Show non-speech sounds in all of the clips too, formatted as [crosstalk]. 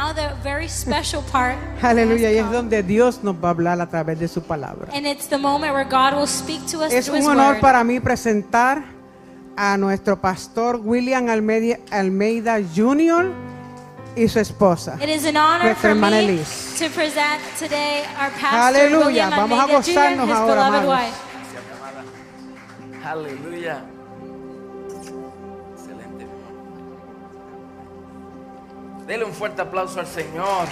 another very special part. Aleluya, y has es come. donde Dios nos va a hablar a través de su palabra. And it's the moment where God will speak to us Es through His un honor word. para mí presentar a nuestro pastor William Almedia- Almeida Jr. y su esposa. It is an honor Nuestra for hermana me Liz. to present today our pastor Aleluya, William vamos a Almeida Jr. and gozarnos his ahora, beloved amados. wife. Aleluya. Excelente. mi hermano. Dele un fuerte aplauso al Señor.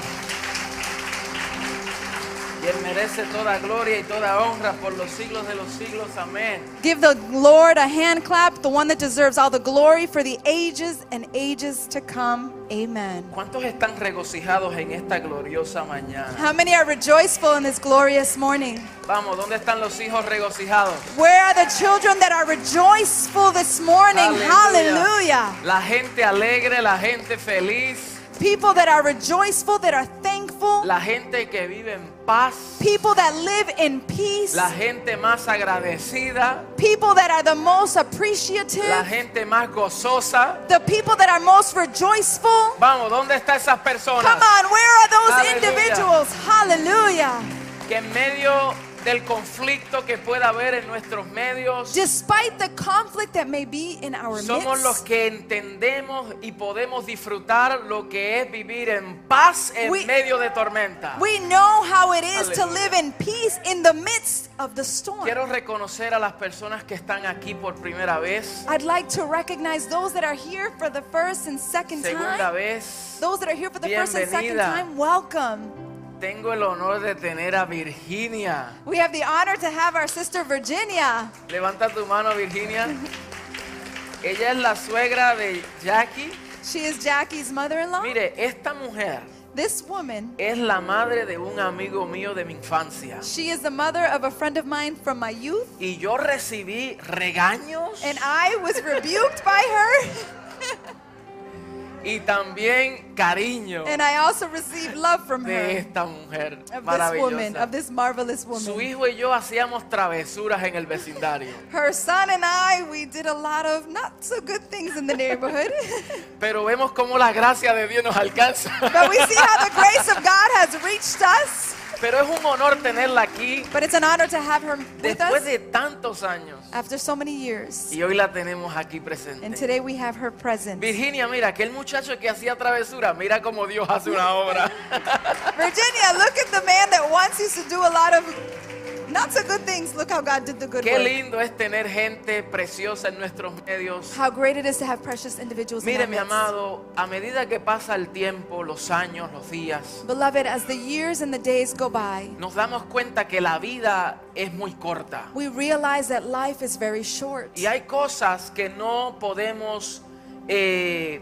Quien merece toda gloria y toda honra por los siglos de los siglos. Amén. Give the Lord a hand clap, the one that deserves all the glory for the ages and ages to come. Amen. ¿Cuántos están regocijados en esta gloriosa mañana? How many are rejoiceful in this glorious morning? Vamos, ¿dónde están los hijos regocijados? Where are the children that are rejoiceful this morning? Hallelujah. La gente alegre, la gente feliz, People that are rejoiceful, that are thankful, la gente que vive en paz, people that live in peace, la gente más agradecida, people that are the most la appreciative, gente más gozosa. the people that are most rejoiceful. Vamos, ¿dónde están esas personas Come on, where are those Hallelujah. individuals? Hallelujah. que en medio del conflicto que pueda haber en nuestros medios, Despite the conflict that may be in our somos los midst, que entendemos y podemos disfrutar lo que es vivir en paz en We- medio de tormenta? we know how it is to Hallelujah. live in peace in the midst of the storm. Quiero reconocer a las personas que están aquí por primera vez, I'd like to recognize those that are here for the first and second segunda time. vez. Those that are here for the first and second Bienvenida. time, welcome. Tengo el honor de tener a Virginia. We have the honor to have our sister Virginia. Levanta tu mano, [laughs] Virginia. Ella es la suegra de Jackie. She is Jackie's mother in law. Mire, esta mujer This woman, es la madre de un amigo mío de mi infancia. she is the mother of a friend of mine from my youth, Y yo recibí regaños and I was rebuked by [laughs] her, y también cariño and I also received love from de her. esta mujer Of this woman, maravillosa. of this marvelous Su woman. hijo y yo hacíamos travesuras en el vecindario, Her son and I, we did a lot of not so good things in the neighborhood. [laughs] pero vemos cómo la gracia de Dios nos alcanza. but we see how the [laughs] grace of God has reached us. Pero es un honor tenerla aquí But it's an honor to have her with después us de tantos años after so many years. y hoy la tenemos aquí And presente. today we have her present. Virginia, mira, aquel muchacho que hacía travesuras, mira cómo Dios hace una obra. [laughs] Virginia, look at the man that once used to do a lot of not so good things. Look how God did the good Qué work. lindo es tener gente preciosa en nuestros medios. How great it is to have precious individuals in Mire, our mi midst. amado, a medida que pasa el tiempo, los años, los días, Beloved, as the years and the days go by, nos damos cuenta que la vida es muy corta. we realize that life is very short. Y hay cosas que no podemos eh,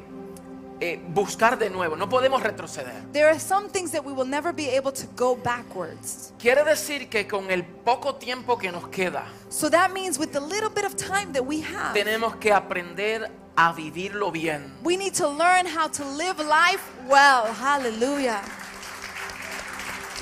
eh, buscar de nuevo, no podemos retroceder. There are some things that we will never be able to go backwards. Quiere decir que con el poco tiempo que nos queda, So that means with the little bit of time that we have, tenemos que aprender a vivirlo bien. we need to learn how to live life well. Hallelujah.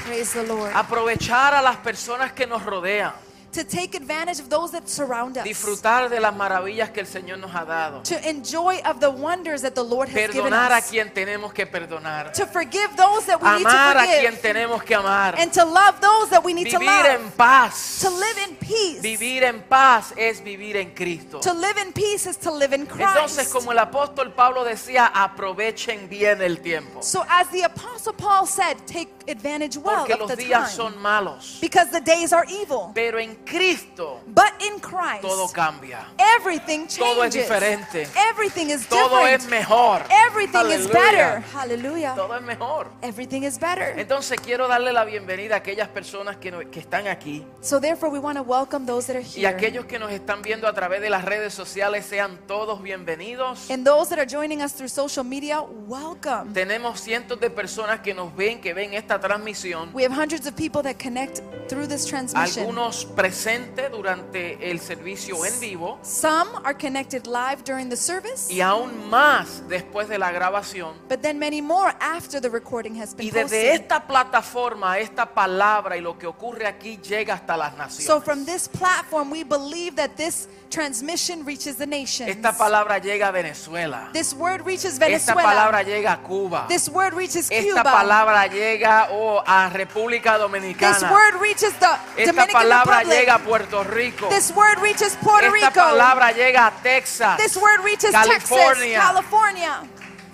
Praise the Lord. Aprovechar a las personas que nos rodean, To take advantage of those that surround us. disfrutar de las maravillas que el Señor nos ha dado, To enjoy of the wonders that the Lord has given perdonar a us. quien tenemos que perdonar. To forgive those that we amar a need to quien forgive. tenemos que amar. And to love those that we need to Vivir en love. paz. To live in peace. Vivir en paz es vivir en Cristo. To live in peace is to live in Christ. Entonces, como el apóstol Pablo decía, aprovechen bien el tiempo. So as the apostle Paul said, take advantage well Porque of los the días time son malos. because the days are evil. Pero en Cristo But in Christ, todo cambia. everything changes. Todo es diferente. Everything is Todo es different. mejor. Everything is Aleluya. better. Hallelujah. Todo es mejor. Everything is better. Entonces quiero darle la bienvenida a aquellas personas que, no- que están aquí So therefore, we want to welcome those that are y here. aquellos que nos están viendo a través de las redes sociales. Sean todos bienvenidos. and those that are joining us through social media, welcome. Tenemos cientos de personas que nos ven, que ven esta transmisión. We have hundreds of people that connect through this transmission. Algunos presente durante el servicio en vivo Some are connected live during the service, y aún más después de la grabación. but then many more after the recording has been Y desde posted. esta plataforma, esta palabra y lo que ocurre aquí llega hasta las So from naciones. this platform, we believe that this transmission reaches the nations. Esta palabra llega a Venezuela. This word reaches Esta Venezuela. palabra llega a Cuba. this word reaches Esta Cuba. palabra llega oh, a República this Dominicana. word reaches the Esta Dominican palabra Republic. llega a Puerto Rico. This word reaches Puerto Esta Rico. palabra llega a Texas, this word reaches Texas, California. California,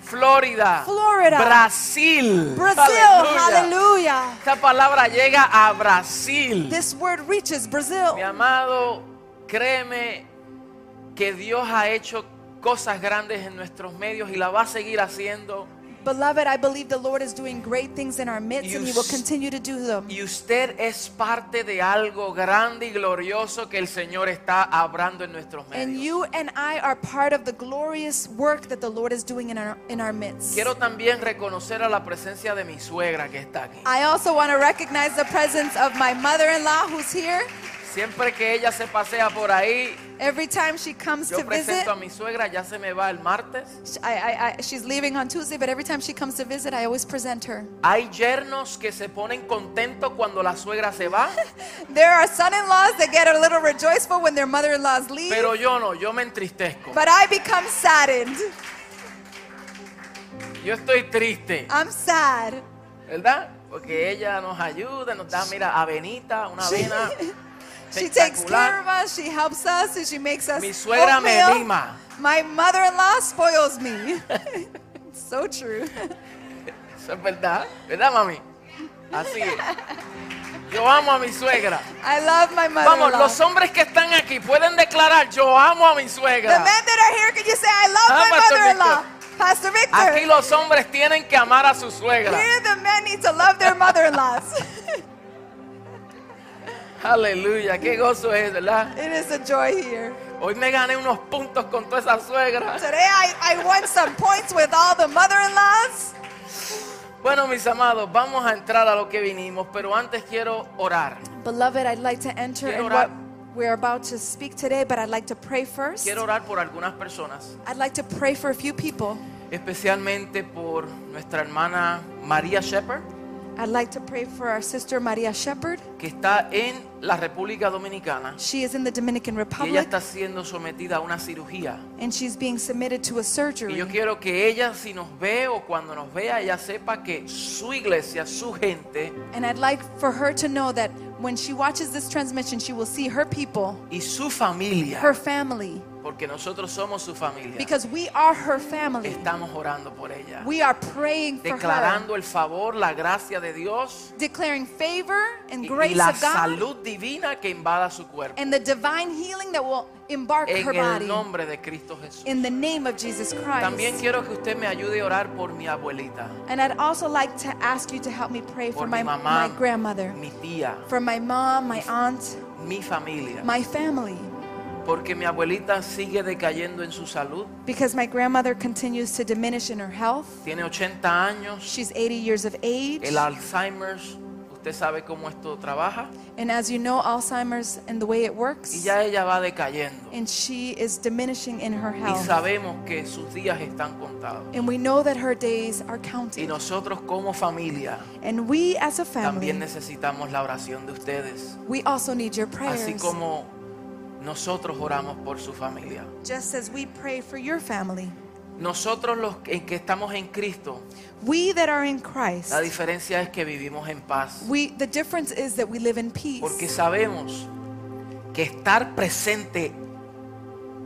Florida, Florida. Brasil. Brazil. Aleluya. Hallelujah. Esta palabra llega a Brasil. This word reaches Brazil. Mi amado, créeme que Dios ha hecho cosas grandes en nuestros medios y la va a seguir haciendo. Beloved, I believe the Lord is doing great things in our midst You and He will s- continue to do them. Y usted es parte de algo grande y glorioso que el Señor está abrando en nuestros And medios. you and I are part of the glorious work that the Lord is doing in our, in our midst. Quiero también reconocer a la presencia de mi suegra que está aquí. I also want to recognize the presence of my mother in law who's here. Siempre que ella se pasea por ahí, Every time she comes yo to visit, presento a mi suegra, ya se me va el martes. sh- I, I, I, she's leaving on Tuesday, but every time she comes to visit, I always present her. Hay yernos que se ponen contentos cuando la suegra se [laughs] va, There are son in laws that get a little rejoiceful when their mother in laws leave, pero yo no, yo me entristezco. but I become saddened. Yo estoy triste, I'm sad. ¿verdad? Porque ella nos ayuda, nos da, mira, avenita, una avena. [laughs] She takes espectacular. care of us, she helps us, and she makes us. Mi suegra me oatmeal. mima. My mother in law spoils [laughs] me. so true. Eso es verdad, ¿verdad, mami? Así es. Yo amo a mi suegra. I love my mother in Vamos, law. los hombres que están aquí pueden declarar, yo amo a mi The suegra. men that are here, can you say, I love Ah, my Pastor mother in law? Pastor Aquí Victor. los hombres tienen que amar a su suegra. Here, the men need to love their mother [laughs] in laws. Aleluya, qué gozo es, ¿verdad? it is a joy here. Hoy me gané unos puntos con toda esa suegra. Today, I, I won some points with all the mother in laws. Bueno, mis amados, vamos a entrar a lo que vinimos, pero antes quiero orar. Beloved, I'd like to enter Quiero in orar. what we're about to speak today, but I'd like to pray first. Quiero orar por algunas personas, I'd like to pray for a few people. especialmente por nuestra hermana María Shepherd, I'd like to pray for our sister Maria Shepherd. que está en la República Dominicana. She is in the Dominican Y ella Republic está siendo sometida a una cirugía. and she's being submitted to a Y surgery. yo quiero que ella, si nos ve o cuando nos vea, ella sepa que su iglesia, su gente And I'd like for her to know that when she watches this transmission, she will see her people, y su familia, her family, porque nosotros somos su familia, because we are her family. estamos orando por ella, We are praying for her, declarando el favor, la gracia de Dios declaring favor and y, y grace la of God salud divina que invada su cuerpo. and the divine healing that will embark her En el body nombre de Cristo Jesús. in the name of Jesus También Christ. quiero que usted me ayude a orar por mi abuelita, And I'd also like to ask you to help me pray por for my, mi mamá, my grandmother, mi tía, for my mom, my aunt, mi familia. my family, Porque mi abuelita sigue decayendo en su salud. because my grandmother continues to diminish in her health. Tiene 80 años. She's 80 years of age. El Alzheimer's, usted sabe cómo esto trabaja. And as you know, Alzheimer's and the way it Y works, ya ella va decayendo. and she is diminishing in her Y health. sabemos que sus días están contados. And we know that her days are Y counted. nosotros como familia And we, as a también family, necesitamos la oración de ustedes. we also need your Así prayers, como nosotros oramos por su familia. just as we pray for your family. Nosotros los que que estamos en Cristo, We that are in Christ, la diferencia es que vivimos en paz. we the difference is that we live in Porque peace. sabemos que estar presente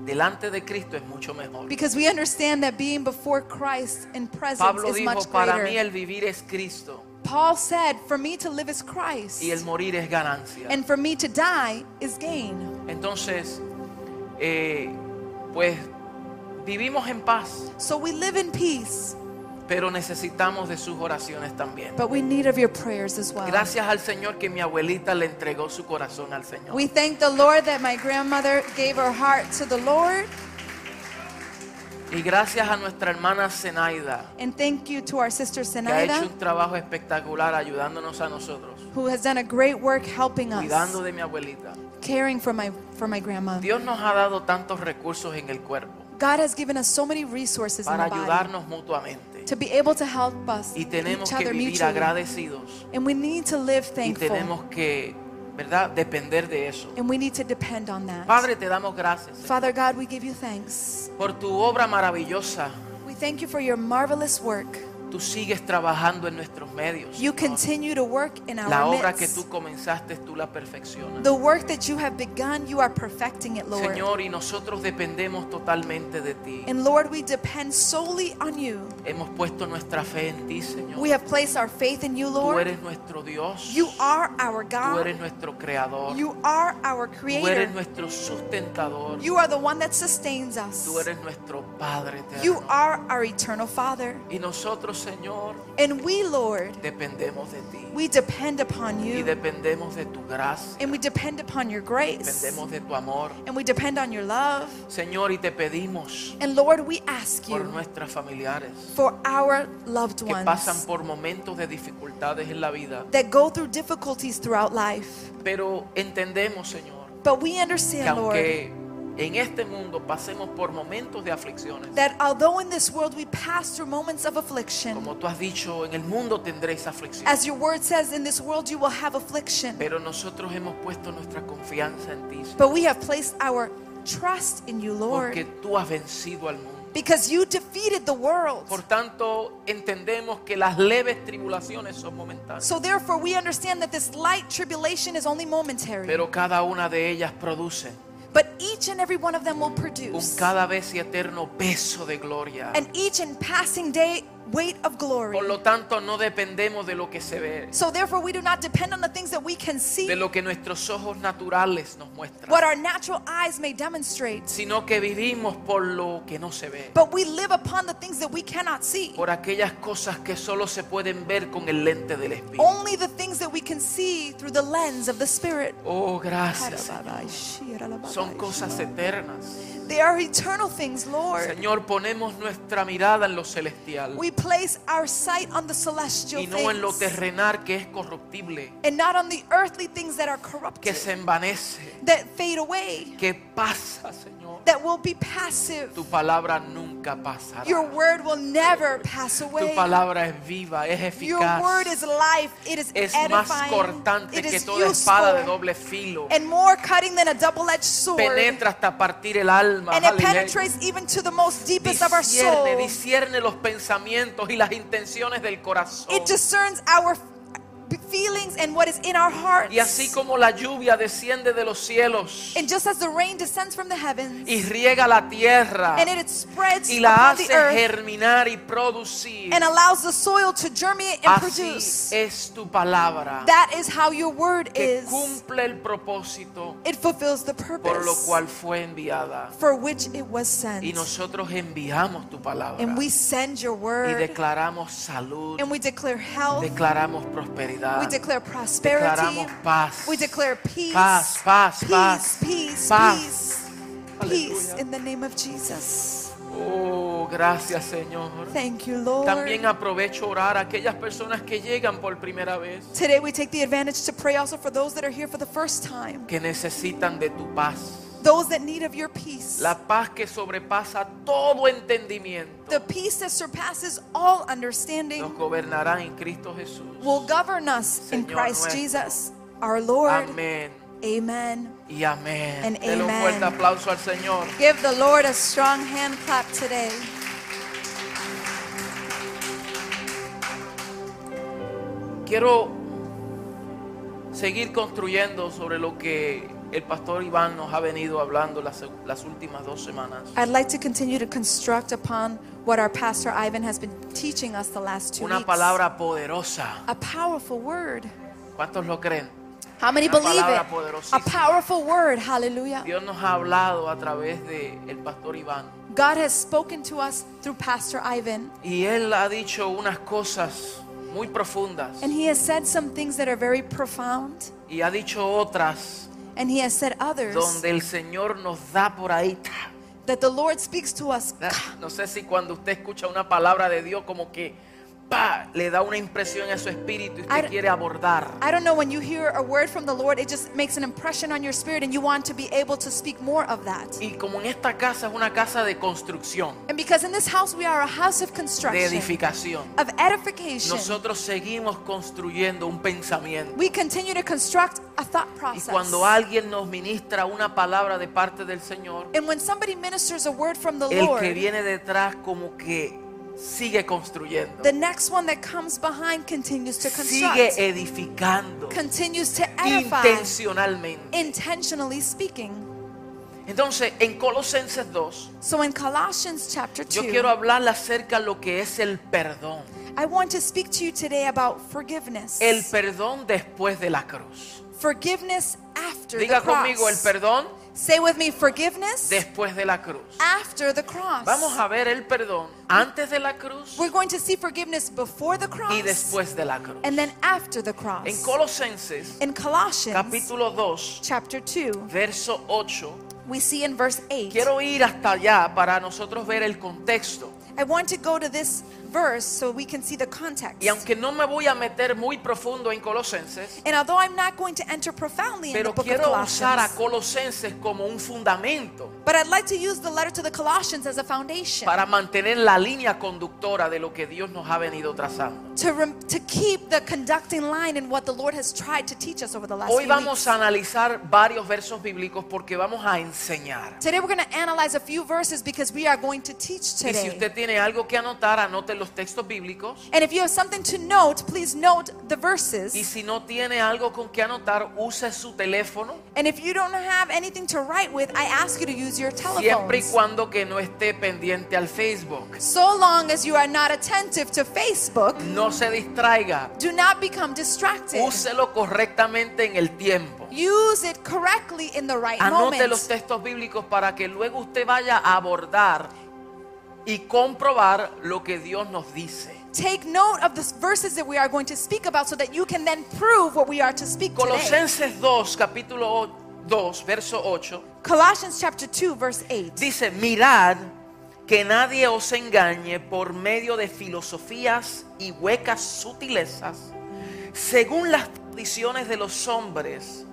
delante de Cristo es mucho mejor. Because we understand that being before Christ in presence Pablo is much dijo, para mí greater. el vivir es Cristo Paul said, For me to live is Christ, y el morir es ganancia. and for me to die is gain. Entonces, eh, pues vivimos en paz, So we live in peace, pero necesitamos de sus oraciones también. but we need of your prayers as well. Gracias al Señor que mi abuelita le entregó su corazón al Señor. We thank the Lord that my grandmother gave her heart to the Lord, Y gracias a nuestra hermana Zenaida, and thank you to our sister que ha hecho Senaida, un trabajo espectacular ayudándonos a nosotros, who has done a great work helping cuidando us, de mi abuelita. caring for my for my grandma. Dios nos ha dado tantos recursos en el cuerpo God has given us so many resources in para the body ayudarnos mutuamente. to be able to help us Y tenemos each que other vivir mutually. agradecidos. And we need to live Y thankful. Em- tenemos que, ¿verdad?, depender de eso. And we need to depend on that. Padre, te damos gracias Señor, Father God, we give you thanks. por tu obra maravillosa. We thank you for your marvelous work. Tú sigues trabajando en nuestros medios. You Señor. continue to work in La our obra que tú midst. comenzaste, tú la perfeccionas. The work that you have begun, you are perfecting it, Lord. Em- Señor, y nosotros dependemos totalmente de ti. And Lord, we depend solely on you. Hemos puesto nuestra fe en ti, Señor. We have placed our faith in you, Tú Lord. eres nuestro Dios. You are our Tú eres God. nuestro creador. You are our Tú eres creator. nuestro sustentador. You are the one that sustains us. Tú eres nuestro Padre You eterno. are our eternal Father. Y nosotros, Señor, And we, Lord, dependemos de ti. we depend upon Y you. dependemos de tu gracia. And we depend upon your grace. Dependemos de tu amor. And we depend on your love. Señor, y te pedimos And Lord, we ask por you nuestras familiares for our loved que pasan ones por momentos de dificultades en la vida. that go through difficulties throughout life. Pero entendemos, Señor, But we que understand, Lord, aunque en este mundo pasemos por momentos de aflicciones, that although in this world we pass through moments of affliction, como tú has dicho, en el mundo tendréis aflicción. as your word says, in this world you will have affliction. Pero nosotros hemos puesto nuestra confianza en ti, Señor, But we have placed our trust in you, porque Lord, tú has vencido al mundo. because you defeated the world. Por tanto, entendemos que las leves tribulaciones son momentáneas, So therefore, we understand that this light tribulation is only momentary, pero cada una de ellas produce but each and every one of them will un produce cada vez y eterno peso de gloria. an each and passing day weight of glory. Por lo tanto, no dependemos de lo que se ve, So therefore, we do not depend on the things that we can de see, lo que nuestros ojos naturales nos muestran. what our natural eyes may demonstrate, sino que vivimos por lo que no se ve, but we live upon the things that we cannot see. por aquellas cosas que solo se pueden ver con el lente del Espíritu. Only the things that we can see through the lens of the Spirit. Oh, gracias. Señor. Son cosas eternas. They are eternal things, Lord. Señor, ponemos nuestra mirada en lo celestial We place our sight on the celestial y no en lo things terrenal que es corruptible, and not on the earthly things that are que corrupted, se envanece, that fade away, que pasa, Señor. that will be passive. Tu palabra nunca pasará. Your Tu word will never pass away. palabra es viva, es Your word is eficaz. life. It is Es más edifying. cortante It que is toda espada de useful. doble filo. and more cutting than a double-edged sword. penetra hasta partir el alma. and it Aleluya. penetrates even to the most deepest of our soul. Discierne, discierne los pensamientos y las intenciones del corazón. It discerns our f- feelings and what is in our hearts. Y así como la lluvia desciende de los cielos and just as the rain descends from the heavens y riega la tierra and it spreads y la upon hace the earth germinar y producir, and allows the soil to germinate and así produce, es tu palabra that is how your word que is. cumple el propósito It fulfills the purpose por lo cual fue enviada. for which it was sent. Y nosotros enviamos tu palabra and we send your y word declaramos salud, and we declare health. declaramos prosperidad. We declare prosperity. Declaramos paz. We declare peace. Paz, paz, peace, paz. peace, Paz. peace. Peace Aleluya. in the name of Jesus. Oh, gracias Señor. Thank you, Lord. También aprovecho orar a aquellas personas que llegan por primera vez, Today we take the advantage to pray also for those that are here for the first time, que necesitan de tu paz. those that need of your peace. La paz que sobrepasa todo entendimiento. The peace that surpasses all Nos understanding gobernará en Cristo Jesús. will govern us in Señor Christ nuestro. Jesus, our Lord. Amén Amen. y amén. And Dele un amen. fuerte aplauso al Señor. Give the Lord a strong hand clap today. Quiero seguir construyendo sobre lo que el pastor Iván nos ha venido hablando las, las últimas dos semanas. I'd like to continue to construct upon what our pastor Ivan has been teaching us the last two Una weeks. palabra poderosa. A powerful word. ¿Cuántos lo creen? How many Una believe palabra it? poderosísima. A powerful word. Hallelujah. Dios nos ha hablado a través del el pastor Iván. God has spoken to us through Pastor Ivan, Y él ha dicho unas cosas muy profundas. and he has said some things that are very profound, Y ha dicho otras and he has said others donde el Señor nos da por ahí. ta. that the Lord speaks to us. No sé si cuando usted escucha una palabra de Dios como que pa, le da una impresión a su espíritu y Ahora- usted quiere abordar. I don't know when you hear a word from the Lord, it just makes an impression on your spirit and you want to be able to speak more of that. Y como en esta casa es una casa de construcción, And because in this house we are a house of de construction, edificación, of edification, nosotros seguimos construyendo un pensamiento. we continue to construct a thought Y process. cuando alguien nos ministra una palabra de parte del Señor, and when somebody ministers a word from the el que Lord, viene detrás como que sigue construyendo, the next one that comes behind continues to construct, sigue edificando continues to edify, intencionalmente. intentionally speaking. Entonces, en Colosenses 2, So in Colossians chapter yo 2, quiero hablarle acerca de lo que es el perdón. I want to speak to you today about forgiveness. El perdón después de la cruz. forgiveness after Diga the cross. conmigo el perdón Say with me, forgiveness después de la cruz. after the cross. Vamos a ver el perdón antes de la cruz We're going to see forgiveness before the cross y después de la cruz. and then after the cross. En Colosenses, In Colossians capítulo 2, chapter 2, verso 8, we see in verse 8. quiero ir hasta allá para nosotros ver el contexto. I want to go to this verse so we can see the context. Y aunque no me voy a meter muy profundo en Colosenses, and although I'm not going to enter profoundly in the pero book of quiero usar a Colossians, Colosenses como un fundamento but I'd like to use the letter to the Colossians as a foundation para mantener la línea conductora de lo que Dios nos ha venido trazando. to, rem- to keep the conducting line in what the Lord has tried to teach us over the last Hoy few weeks. vamos a analizar varios versos bíblicos porque vamos a enseñar. Today we're going to analyze a few verses because we are going to Y teach si today. usted tiene algo que anotar, anote los textos bíblicos. And if you have something to note, please note the Y verses. si no tiene algo con que anotar, use su teléfono And if you don't have anything to write with, I ask you to use your siempre y telephones. cuando que no esté pendiente al Facebook. So long as you are not attentive to Facebook, No se distraiga. do not become distracted. Úselo correctamente en el tiempo. Use it correctly in the right Anote los moment. textos bíblicos para que luego usted vaya a abordar y comprobar lo que Dios nos dice. Take note of the verses that we are going to speak about so that you can then prove what we are to speak today. Colosenses 2, capítulo o- 2, verso 8, Colossians chapter 2 verse 8. dice, mirad que nadie os engañe por medio de filosofías y huecas sutilezas, según las tradiciones de los hombres,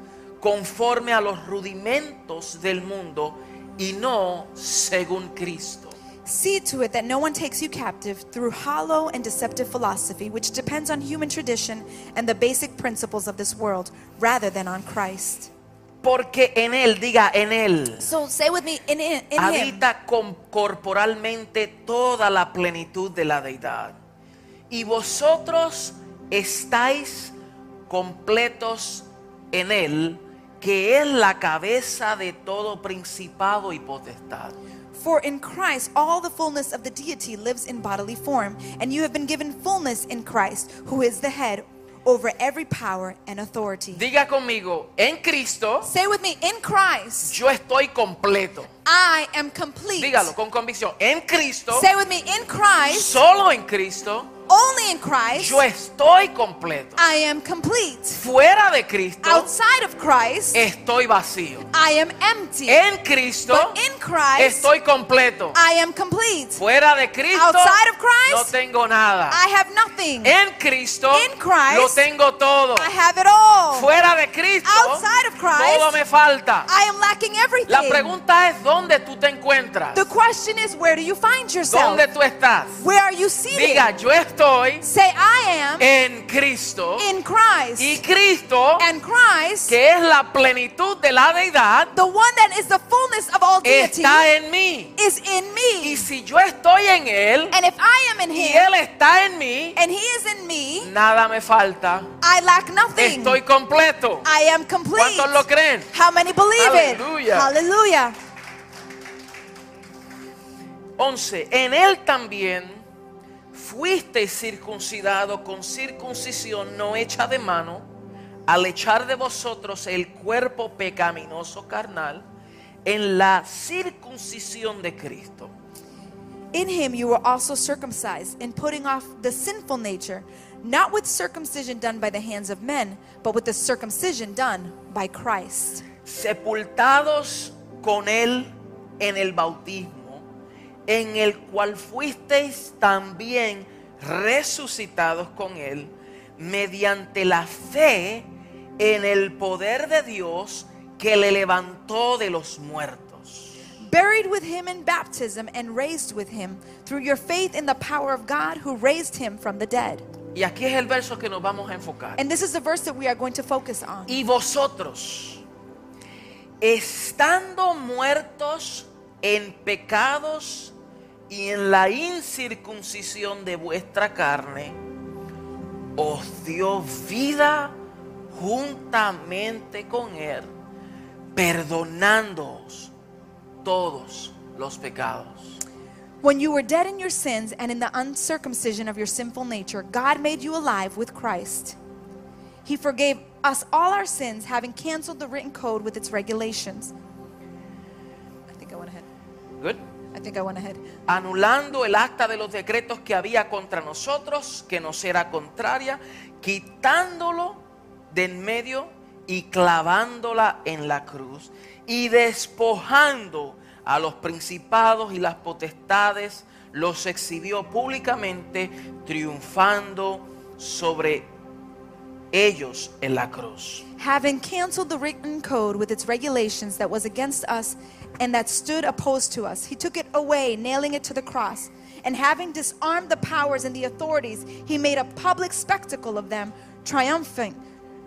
conforme a los rudimentos del mundo y no según Cristo. See to it that no one takes you captive through hollow and deceptive philosophy, which depends on human tradition and the basic principles of this world, rather than on Christ. Porque en él, diga en él, So say with me, in, in, in Him habita con- corporalmente toda la plenitud de la deidad. Y vosotros estáis completos en él, que es la cabeza de todo principado y potestad. For in Christ all the fullness of the deity lives in bodily form, and you have been given fullness in Christ, who is the head over every power and authority. Diga conmigo, en Cristo Say with me, in Christ yo estoy completo. I am complete. Dígalo con convicción, en Cristo, Say with me, in Christ, solo en Cristo, only in Christ, yo estoy completo. I am complete. Fuera de Cristo, Outside of Christ, estoy vacío. I am empty. En Cristo but in Christ, estoy completo. I am complete. Fuera de Cristo Outside of Christ, no tengo nada. I have nothing. En Cristo In Christ, lo tengo todo. I have it all. Fuera de Cristo Outside of Christ, todo me falta. I am lacking everything. La pregunta es dónde tú te encuentras. the question is, where do you find yourself? ¿Dónde tú estás? Where are you seated? Diga, yo estoy Say, I am en Cristo in Christ. y Cristo, and Christ, que es la plenitud de la deidad, the one that is the fullness of all deity, está en mí. is in me. Y si yo estoy en él and if I am in y him, él está en mí, and he is in me, Nada me falta. I lack nothing. Estoy completo. I am complete. ¿Cuántos lo creen? How many believe it? Hallelujah. Hallelujah. 11. En él también fuiste circuncidado con circuncisión no hecha de mano, al echar de vosotros el cuerpo pecaminoso carnal en la circuncisión de Cristo. In him you were also circumcised, in putting off the sinful nature, not with circumcision done by the hands of men, but with the circumcision done by Christ. sepultados con él en el bautismo, en el cual fuisteis también resucitados con Él mediante la fe en el poder de Dios que le levantó de los muertos. buried with him in baptism and raised with him through your faith in the power of God who raised him from the dead. Y aquí es el verso que nos vamos a enfocar. And this is the verse that we are going to focus on. Y vosotros, estando muertos en pecados y en la incircuncisión de vuestra carne, os dio vida juntamente con Él, perdonándoos todos los pecados. When you were dead in your sins and in the uncircumcision of your sinful nature, God made you alive with Christ. He forgave us all our sins, having canceled the written code with its regulations. I think I went ahead. Good. I think I went ahead. anulando el acta de los decretos que había contra nosotros, que nos era contraria, quitándolo de en medio y clavándola en la cruz, y despojando a los principados y las potestades, los exhibió públicamente, triunfando sobre ellos en la cruz. having canceled the written code with its regulations that was against us and that stood opposed to us. He took it away, nailing it to the cross. And having disarmed the powers and the authorities, he made a public spectacle of them, triumphing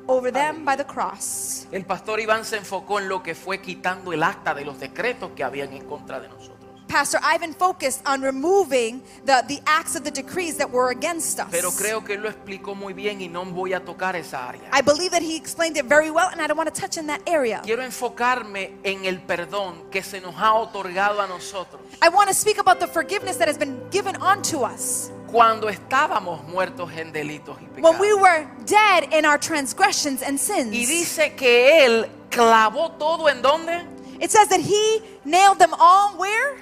over them by the cross. El pastor Iván se enfocó en lo que fue quitando el acta de los decretos que habían en contra de nosotros. Pastor Ivan focused on removing the, the acts of the decrees that were against us. Pero creo que él lo explicó muy bien y no voy a tocar esa área. I believe that he explained it very well, and I don't want to touch in that area. Quiero enfocarme en el perdón que se nos ha otorgado a nosotros I want to speak about the forgiveness that has been given onto us. cuando estábamos muertos en delitos y when we pecados. were dead in our transgressions and sins. Y dice que él clavó todo en donde? It says that he nailed them all where?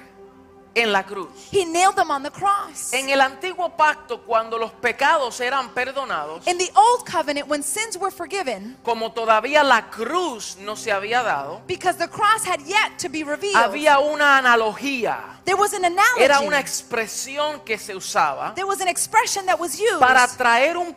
En la cruz. He nailed them on the cross. En el antiguo pacto cuando los pecados eran perdonados, in the old covenant, when sins were forgiven, como todavía la cruz no se había dado, because the cross had yet to be revealed, había una analogía, there was an analogy. era una expresión que se usaba there was an expression that was used para traer un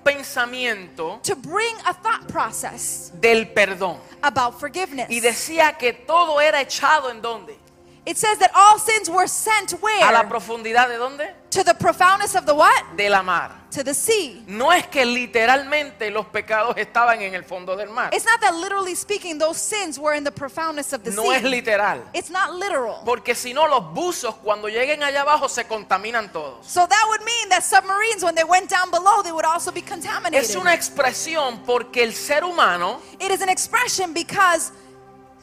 pensamiento to bring a thought process del perdón. about forgiveness. Y decía que todo era echado en donde? it says that all sins were sent A la where? profundidad de dónde? to the profoundness of the what? De la mar. To the sea. No es que literalmente los pecados estaban en el fondo del mar. It's not that literally speaking, those sins were in the profoundness of the No sea. es literal. It's not literal. Porque si no, los buzos cuando lleguen allá abajo se contaminan todos. So that would mean that submarines, when they went down below, they would also be contaminated. Es una expresión porque el ser humano It is an expression because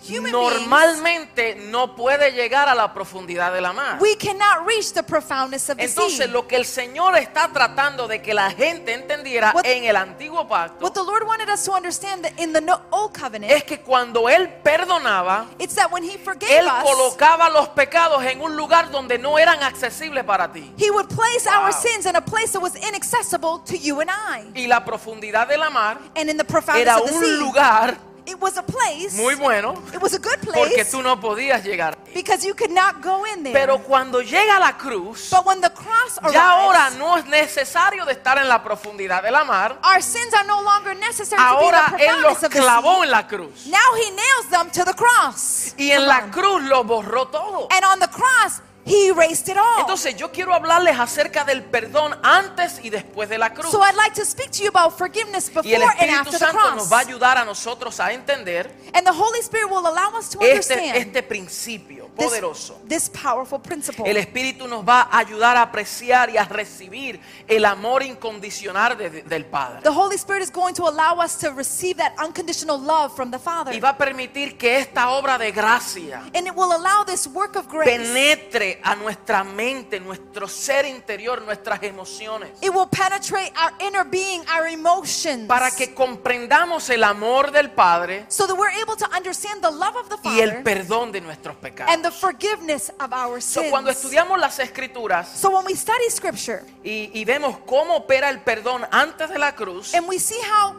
human beings, normalmente no puede llegar a la profundidad de la mar. we cannot reach the profoundness of the sea. Entonces lo que el Señor está tratando de que la gente entendiera What- en el antiguo pacto What the Lord wanted us to understand that in the no- old covenant, es que cuando Él perdonaba, it's that when He forgave Él us, colocaba los pecados en un lugar donde no eran accesibles para ti. He would place Wow. our sins in a place that was inaccessible to you and I. Y la profundidad de la mar And in the profoundness era of the sea, un lugar it was a place. muy bueno It was a good porque place tú no podías llegar. because you could not go in there. Pero cuando llega la cruz, but when the cross arrives, ya ahora no es necesario de estar en la profundidad de la mar. Our sins are no longer necessary Ahora to be the Él los profoundness of the clavó sea. en la cruz. Now he nails them to the cross. Y en Come la on. cruz lo borró todo. And on the cross, he erased it all. Entonces yo quiero hablarles acerca del perdón antes y después de la cruz. so I'd like to speak to you about forgiveness Y el before and Espíritu after the Santo nos cross. va a ayudar a nosotros a entender and the Holy Spirit will allow us to este, understand este principio this- poderoso. this, powerful principle. El Espíritu nos va a ayudar a apreciar y a recibir el amor incondicional de- de- del Padre. the Holy Spirit is going to allow us to receive that unconditional love from the Father. Y va a permitir que esta obra de gracia and it will allow this work of grace. penetre a nuestra mente, nuestro ser interior, nuestras emociones. it will penetrate our inner being, our emotions. Para que comprendamos el amor del Padre so that we're able to understand the love of the y el Father perdón de nuestros pecados. and the forgiveness of our So, sins. cuando estudiamos las escrituras so when we study scripture y, y vemos cómo opera el perdón antes de la cruz, and we see how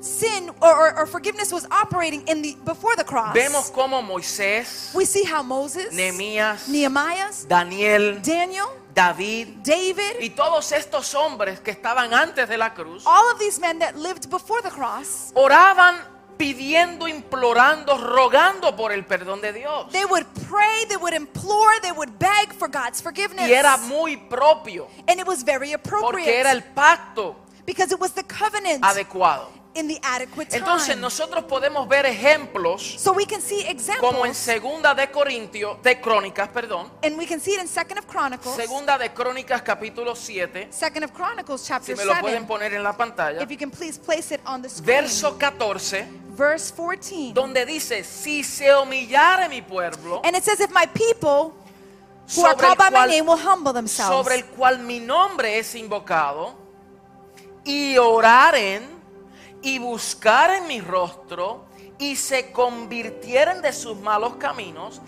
sin or, or, or forgiveness was operating in the before the cross, vemos cómo Moisés, we see how Moses, Nehemías, Nehemiah, Daniel, Daniel, David David, y todos estos hombres que estaban antes de la cruz all of these men that lived before the cross, oraban pidiendo, implorando, rogando por el perdón de Dios. they would pray, they would implore, they would beg for God's forgiveness. Y era muy propio and it was very porque era appropriate el pacto because it was the covenant adecuado. in the adequate time. Entonces nosotros podemos ver ejemplos so we can see como en examples, Segunda de Corintios, de Crónicas, perdón, and we can see it in Second of Chronicles, Segunda de Crónicas capítulo 7, Second of Chronicles si chapter me lo pueden seven. poner en la pantalla, If you can please place it on the screen. verso 14, Verse 14. donde dice, si se humillare mi pueblo, And it says, if my people who sobre are el called by my cual- name will humble themselves sobre el cual mi nombre es invocado, y oraren y buscaren mi rostro y se convirtieren de sus malos caminos,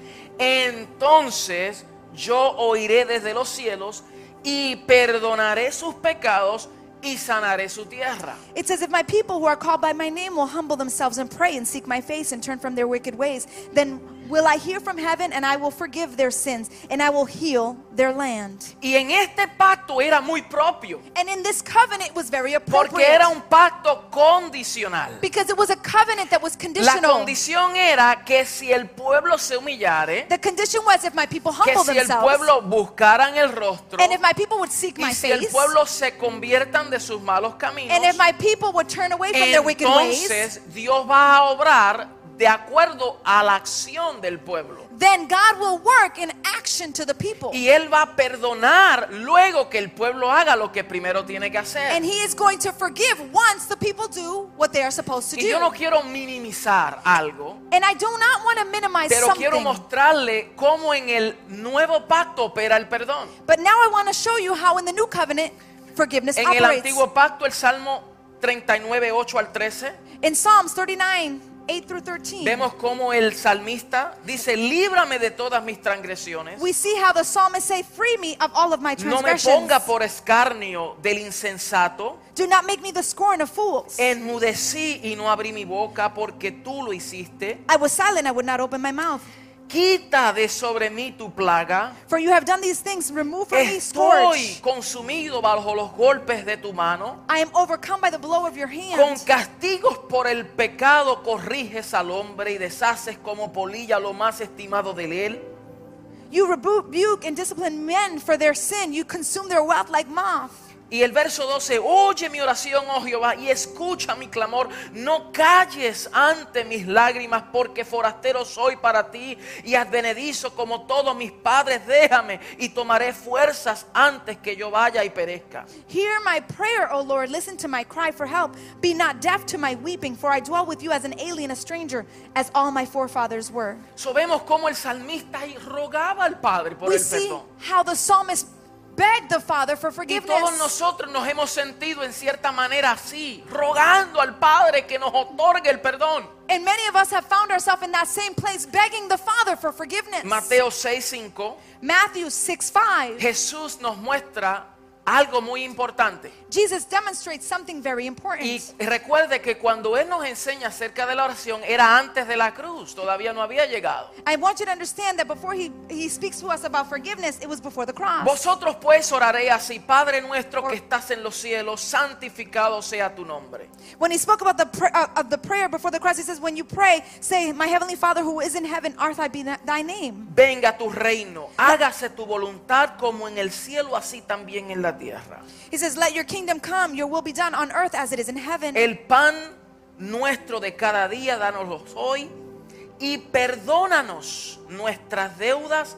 entonces yo oiré desde los cielos y perdonaré sus pecados y sanaré su tierra. It says, If my people who are called by my name will humble themselves and pray and seek my face and turn from their wicked ways, then will I hear from heaven and I will forgive their sins and I will heal their land. Y en este pacto era muy propio, And in this covenant was very porque appropriate era un pacto condicional. because it was a covenant that was La conditional. condición era que si el pueblo se humillare, The condition was if my people que humble si el themselves pueblo buscaran el rostro and if my people would seek my y si el face pueblo se conviertan de sus malos caminos, and if my people would turn away from their wicked ways, entonces Dios va a obrar de acuerdo a la acción del pueblo. then God will work in action to the people. Y Él va a perdonar luego que el pueblo haga lo que primero tiene que hacer. And he is going to forgive once the people do what they are supposed to Y do. yo no quiero minimizar algo, And I do not want to minimize pero quiero something. mostrarle cómo en el nuevo pacto opera el perdón. But now I want to show you how in the new covenant forgiveness En el operates. antiguo pacto, el Salmo 39, 8 al 13. In Psalms 39, 8 through 13, Vemos cómo el salmista dice, líbrame de todas mis transgresiones. we see how the psalmist say, "Free me of all of my No me transgressions. ponga por escarnio del insensato. do not make me the scorn of fools. Eh. Enmudecí y no abrí mi boca porque tú lo hiciste. I was silent; I would not open my mouth. Quita de sobre mí tu plaga. For you have done these things. Remove from me Estoy scourge. consumido bajo los golpes de tu mano. I am overcome by the blow of your Con hand. castigos por el pecado corriges al hombre y deshaces como polilla lo más estimado de él. You rebuke and discipline men for their sin. You consume their wealth like moth. Y el verso 12, oye mi oración, oh Jehová, y escucha mi clamor. No calles ante mis lágrimas, porque forastero soy para ti y advenedizo como todos mis padres. Déjame y tomaré fuerzas antes que yo vaya y perezca. Hear my prayer, O Lord. Listen to my cry for help. Be not deaf to my weeping, for I dwell with you as an alien, a stranger, as all my forefathers were. So vemos cómo el salmista ahí rogaba al Padre por We el see perdón. how the psalmist begged the Father for Y todos forgiveness. nosotros nos hemos sentido en cierta manera así, rogando al Padre que nos otorgue el perdón. And many of us have found ourselves in that same place, begging the Father for forgiveness. Mateo 6:5. Matthew 6 5. Jesús nos muestra algo muy importante. Jesus demonstrates something very Y important. recuerde que cuando Él nos enseña acerca de la oración era antes de la cruz, todavía no había llegado. I want you to understand that before he, he speaks to us about forgiveness, it was before the cross. Vosotros pues oraréis así, Padre nuestro que estás en los cielos, santificado sea tu nombre. When he spoke about the pr- uh, of the prayer before the cross, he says, "When you pray, say, My heavenly Father who is in heaven, art thy be tha- thy name." Venga tu reino, hágase tu voluntad como en el cielo, así también en la tierra. He says, "Let your kingdom come, your will be done on earth as it is in heaven." El pan nuestro de cada día, danoslo hoy. Y perdónanos nuestras deudas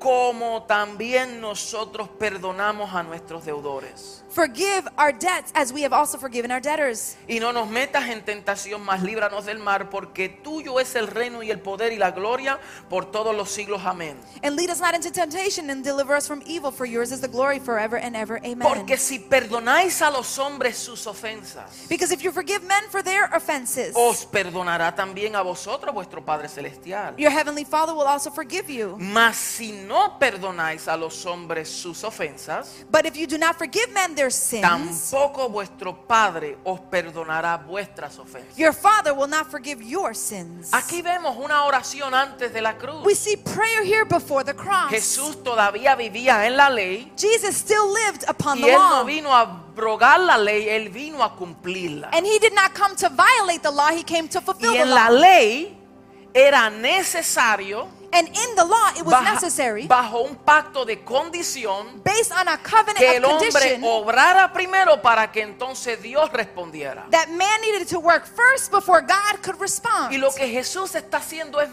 como también nosotros perdonamos a nuestros deudores. Forgive our debts as we have also forgiven our debtors, Y no nos metas en tentación, mas líbranos del mar, porque tuyo es el reino y el poder y la gloria por todos los siglos. Amén. and lead us not into temptation, and deliver us from evil. For yours is the glory forever and ever. Amen. Porque si perdonáis a los hombres sus ofensas, because if you forgive men for their offenses, os perdonará también a vosotros vuestro Padre Celestial. your heavenly Father will also forgive you. Mas si no perdonáis a los hombres sus ofensas, But if you do not forgive men their sins, tampoco vuestro Padre os perdonará vuestras ofensas. your Father will not forgive your sins. Aquí vemos una oración antes de la We cruz. see prayer here before the cross. Jesús todavía vivía en la ley Jesus still lived upon y the él no law. vino a abrogar la ley, él vino a cumplirla. And he did not come to violate the law, he came to fulfill Y the en la law. ley era necesario And in the law, it was baja- necessary, bajo un pacto de condición based on a covenant que el of hombre condition, obrara primero para que entonces Dios respondiera. that man needed to work first before God could respond. Y lo que Jesús está haciendo es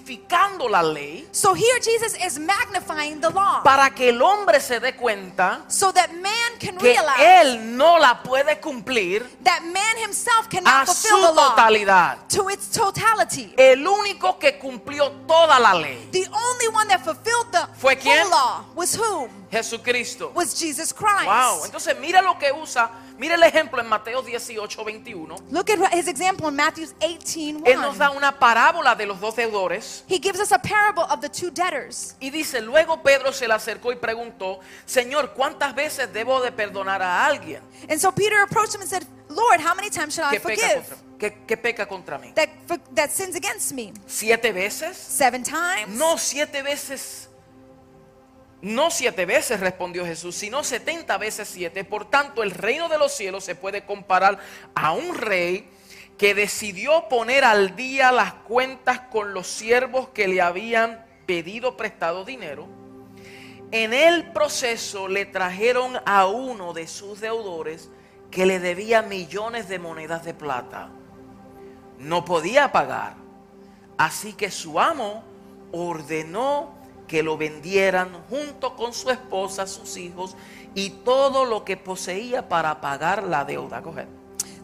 magnificando la ley So here Jesus is magnifying the law para que el hombre se dé cuenta so that man can que realize él no la puede cumplir that man himself a cannot su Eh. fulfill the law totalidad. to its totality. El único que cumplió toda la ley, The only one that fulfilled the Fue quién? full law was who? Jesucristo. Was Jesus Christ. Wow, entonces mira lo que usa, mira el ejemplo en Mateo 18, 21. Look at his example in Matthew 18 Él nos da 1. una parábola de los dos deudores He gives us a parable of the two debtors. y dice, luego Pedro se le acercó y preguntó, Señor, ¿cuántas veces debo de perdonar a alguien And so Peter approached him and said, Lord, how many times should I que peca forgive contra, que- que peca contra mí? that, that sins against me? ¿Siete veces? Seven times? No siete veces. No siete veces respondió Jesús, sino setenta veces siete. Por tanto, el reino de los cielos se puede comparar a un rey que decidió poner al día las cuentas con los siervos que le habían pedido prestado dinero. En el proceso le trajeron a uno de sus deudores que le debía millones de monedas de plata. No podía pagar. Así que su amo ordenó que lo vendieran junto con su esposa, sus hijos y todo lo que poseía para pagar la deuda. Go ahead.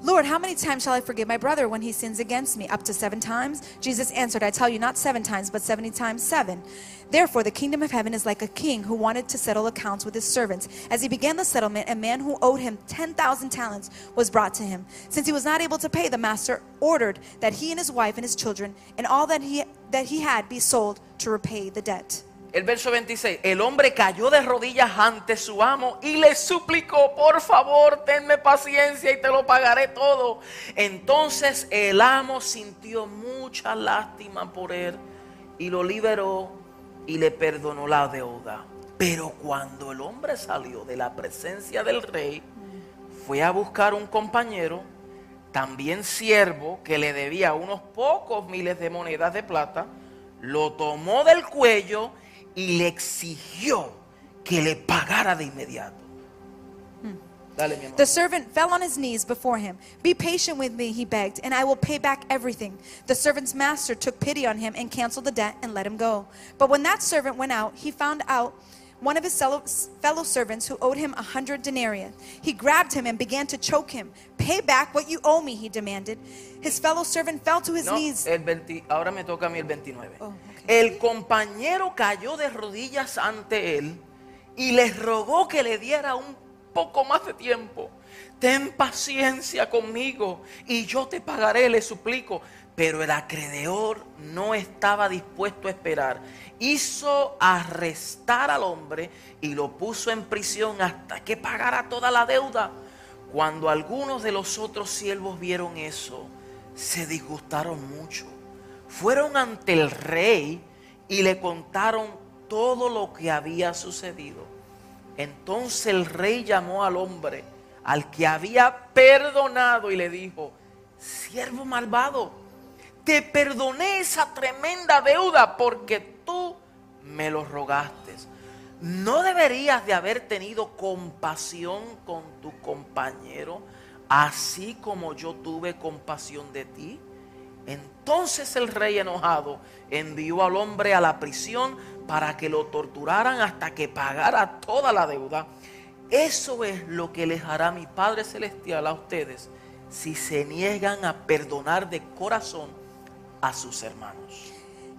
Lord, how many times shall I forgive my brother when he sins against me? Up to seven times? Jesus answered, I tell you, not seven times, but seventy times seven. Therefore, the kingdom of heaven is like a king who wanted to settle accounts with his servants. As he began the settlement, a man who owed him 10,000 talents was brought to him. Since he was not able to pay, the master ordered that he and his wife and his children and all that he, that he had be sold to repay the debt. El verso 26. El hombre cayó de rodillas ante su amo y le suplicó, por favor, tenme paciencia y te lo pagaré todo. Entonces el amo sintió mucha lástima por él y lo liberó y le perdonó la deuda. Pero cuando el hombre salió de la presencia del rey, fue a buscar un compañero, también siervo, que le debía unos pocos miles de monedas de plata, lo tomó del cuello y le exigió que le pagara de inmediato. Dale, mi amor. The servant fell on his knees before him. Be patient with me, he begged, and I will pay back everything. The servant's master took pity on him and canceled the debt and let him go. But when that servant went out, he found out one of his fellow fellow servants who owed him a hundred denarii. He grabbed him and began to choke him. Pay back what you owe me, he demanded. His fellow servant fell to his No, eh, knees. el 20 ahora me toca a mí el 29. Oh, ok. El compañero cayó de rodillas ante él y les rogó que le diera un poco más de tiempo. Ten paciencia conmigo y yo te pagaré, le suplico. Pero el acreedor no estaba dispuesto a esperar. Hizo arrestar al hombre y lo puso en prisión hasta que pagara toda la deuda. Cuando algunos de los otros siervos vieron eso, se disgustaron mucho. Fueron ante el rey y le contaron todo lo que había sucedido. Entonces el rey llamó al hombre, al que había perdonado, y le dijo, siervo malvado, te perdoné esa tremenda deuda porque tú me lo rogaste. ¿No deberías de haber tenido compasión con tu compañero, así como yo tuve compasión de ti? Entonces el rey enojado envió al hombre a la prisión para que lo torturaran hasta que pagara toda la deuda. Eso es lo que les hará mi Padre Celestial a ustedes si se niegan a perdonar de corazón a sus hermanos.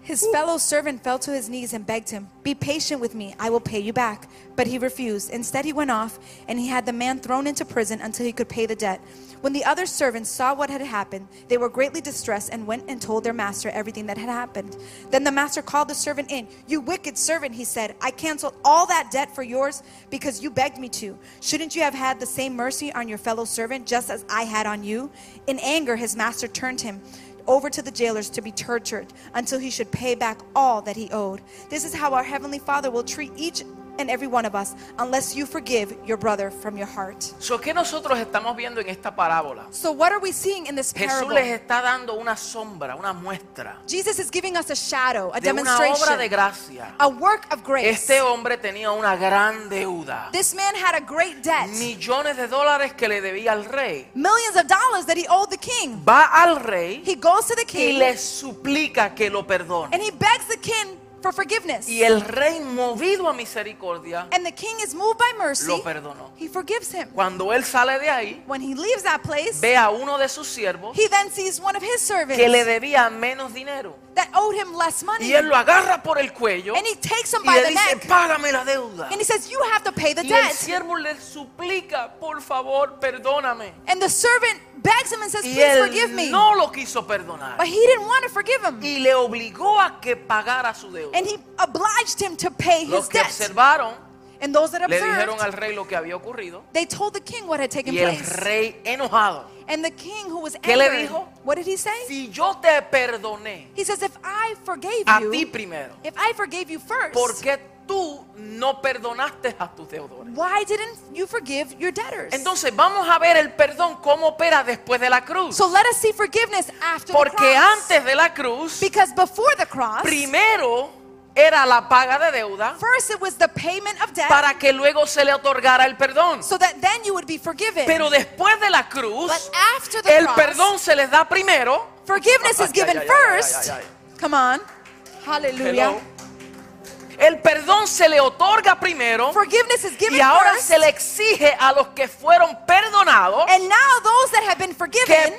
His fellow servant fell to his knees and begged him, Be patient with me, I will pay you back. But he refused. Instead, he went off, and he had the man thrown into prison until he could pay the debt. When the other servants saw what had happened, they were greatly distressed and went and told their master everything that had happened. Then the master called the servant in. You wicked servant, he said, I canceled all that debt for yours because you begged me to. Shouldn't you have had the same mercy on your fellow servant just as I had on you? In anger, his master turned him over to the jailers to be tortured until he should pay back all that he owed. This is how our Heavenly Father will treat each and every one of us unless you forgive your brother from your heart. So, ¿Qué nosotros estamos viendo en esta parábola? So, what are we seeing in this Jesús les parable? está dando una sombra, una muestra Jesus is giving us a shadow, a de una obra de demonstration, gracia. a work of grace. Este hombre tenía una gran deuda, This man had a great debt, millones de dólares que le debía al rey. millions of dollars that he owed the king. Va al rey He goes to the y king le suplica que lo perdone. and he begs the king for forgiveness. Y el rey, movido a misericordia, And the king is moved by mercy. lo perdonó. He forgives him. Cuando él sale de ahí, When he leaves that place, ve a uno de sus siervos He then sees one of his servants que le debía menos dinero. that owed him less money. Y él lo agarra por el cuello and he takes him y by le the dice, neck. págame la deuda. And he says, You have to pay the Y el debt. siervo le suplica, por favor, perdóname. And the servant begs him and says, Y Please forgive él me. no lo quiso perdonar. But he didn't want to forgive him. Y le obligó a que pagara su deuda. And he obliged him to pay his Los que debt. observaron And those that le dijeron al observed, rey lo que había ocurrido. they told the king what had taken Y el place. rey enojado. And the king, who was ¿Qué le angry, dijo? what did he say? Si yo te perdoné He says, If I forgave a ti you, primero, if I forgave you first, ¿por qué tú no perdonaste a tus deudores? why didn't you forgive your debtors? Entonces vamos a ver el perdón cómo opera después de la cruz. so let us see forgiveness after the Porque cross. antes de la cruz, Because before the cross, primero era la paga de deuda first it was the payment of debt para que luego se le otorgara el perdón. so that then you would be forgiven. Pero después de la cruz, but after the el cross, perdón se les da primero. forgiveness Ay, is ay, given ay, ay, first. ay, ay, Come on. Hello. Hallelujah. El perdón se le otorga primero Forgiveness is given y ahora first. se le exige a los que fueron perdonados and now those that have been que forgiven,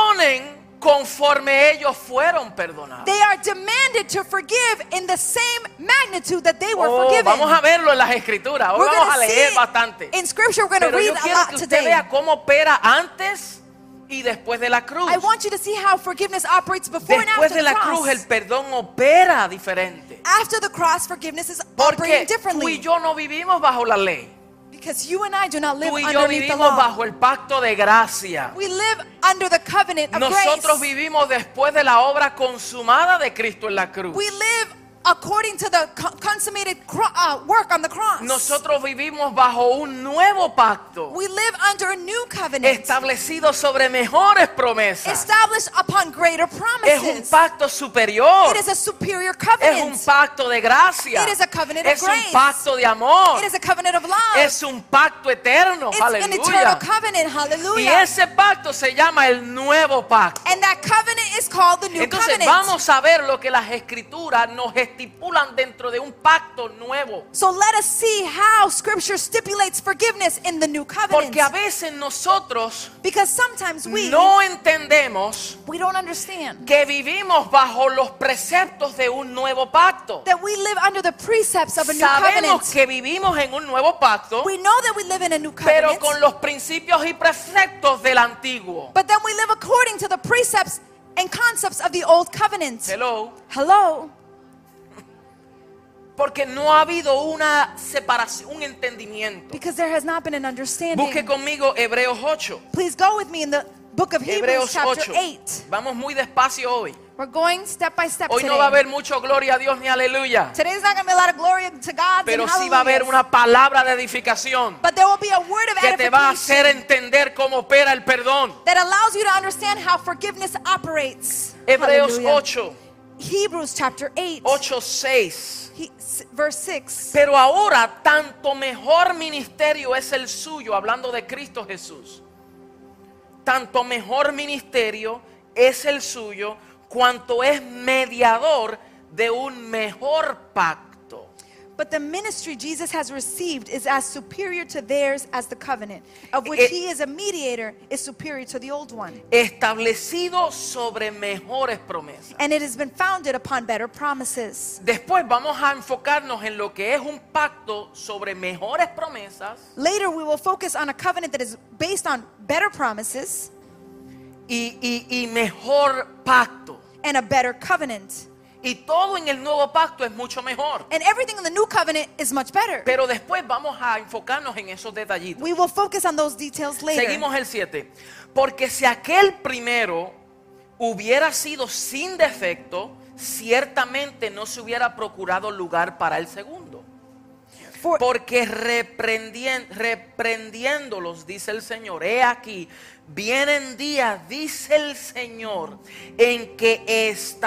perdonen conforme ellos fueron perdonados. they are demanded to forgive in the same magnitude that they were Oh, forgiven. vamos a verlo en las escrituras. Hoy we're vamos a gonna leer see it bastante. In scripture, we're going Pero to read yo a quiero lot que usted today. vea cómo opera antes y después de la cruz. I want you to see how forgiveness operates before and Después after de the la cross. cruz el perdón opera diferente. after the cross, forgiveness is Porque operating tú differently. y yo no vivimos bajo la ley. Because you and I do not live Tú y yo underneath the vivimos law. bajo el pacto de gracia. We live under the covenant of Nosotros grace. vivimos después de la obra consumada de Cristo en la cruz. We live according to the co- consummated cro- uh, work on the cross. Nosotros vivimos bajo un nuevo pacto we live under a new covenant establecido sobre mejores promesas. established upon greater Es un promises. pacto superior. it is a superior Es covenant. un pacto de gracia. It is a covenant of Es un grace. pacto de amor. it is a covenant of love. Es un pacto eterno. it's an eternal Aleluya. covenant. Y Hallelujah. ese pacto se llama el nuevo pacto. and that covenant is called the new Entonces covenant. vamos a ver lo que las escrituras nos estipulan dentro de un pacto nuevo. so let us see how scripture stipulates forgiveness in the new covenant. Porque a veces nosotros because sometimes we no entendemos we don't understand. que vivimos bajo los preceptos de un nuevo pacto. that we live under the precepts of a new Sabemos covenant. que vivimos en un nuevo pacto, We know that we live in a new pero covenant, con los principios y preceptos del antiguo. but then we live according to the precepts and concepts of the old covenant. Hello. Hello? Porque no ha habido una separación, un entendimiento. Because there has not been an Busque understanding. conmigo Hebreos 8. Please go with me in the book of Hebrews, Hebreos chapter 8. 8. Vamos muy despacio hoy. We're going step by step Hoy today. no va a haber mucho gloria a Dios ni aleluya. Today's not going to be a lot of glory to God, Pero sí va a haber una palabra de edificación but there will be a word of que te va a edification hacer entender cómo opera el perdón. that allows you to understand how forgiveness operates. Hebreos Hallelujah. 8, Hebrews chapter 8, 8, 6. he- s- verse 6. Pero ahora tanto mejor ministerio es el suyo, hablando de Cristo Jesús. Tanto mejor ministerio es el suyo cuanto es mediador de un mejor pacto. But the ministry Jesus has received is as superior to theirs as the covenant, of which It- he is a mediator, is superior to the old one. establecido sobre mejores promesas. And it has been founded upon better promises. Después vamos a enfocarnos en lo que es un pacto sobre mejores promesas Later, we will focus on a covenant that is based on better promises y, y- y mejor pacto. and a better covenant. Y todo en el nuevo pacto es mucho mejor. And everything in the new covenant is much better. Pero después vamos a enfocarnos en esos detallitos. We will focus on those details later. Seguimos el 7. Porque si aquel primero hubiera sido sin defecto, ciertamente no se hubiera procurado lugar para el segundo. For, Porque reprendien- reprendiéndolos, dice el Señor, he aquí, vienen días, dice el Señor, en que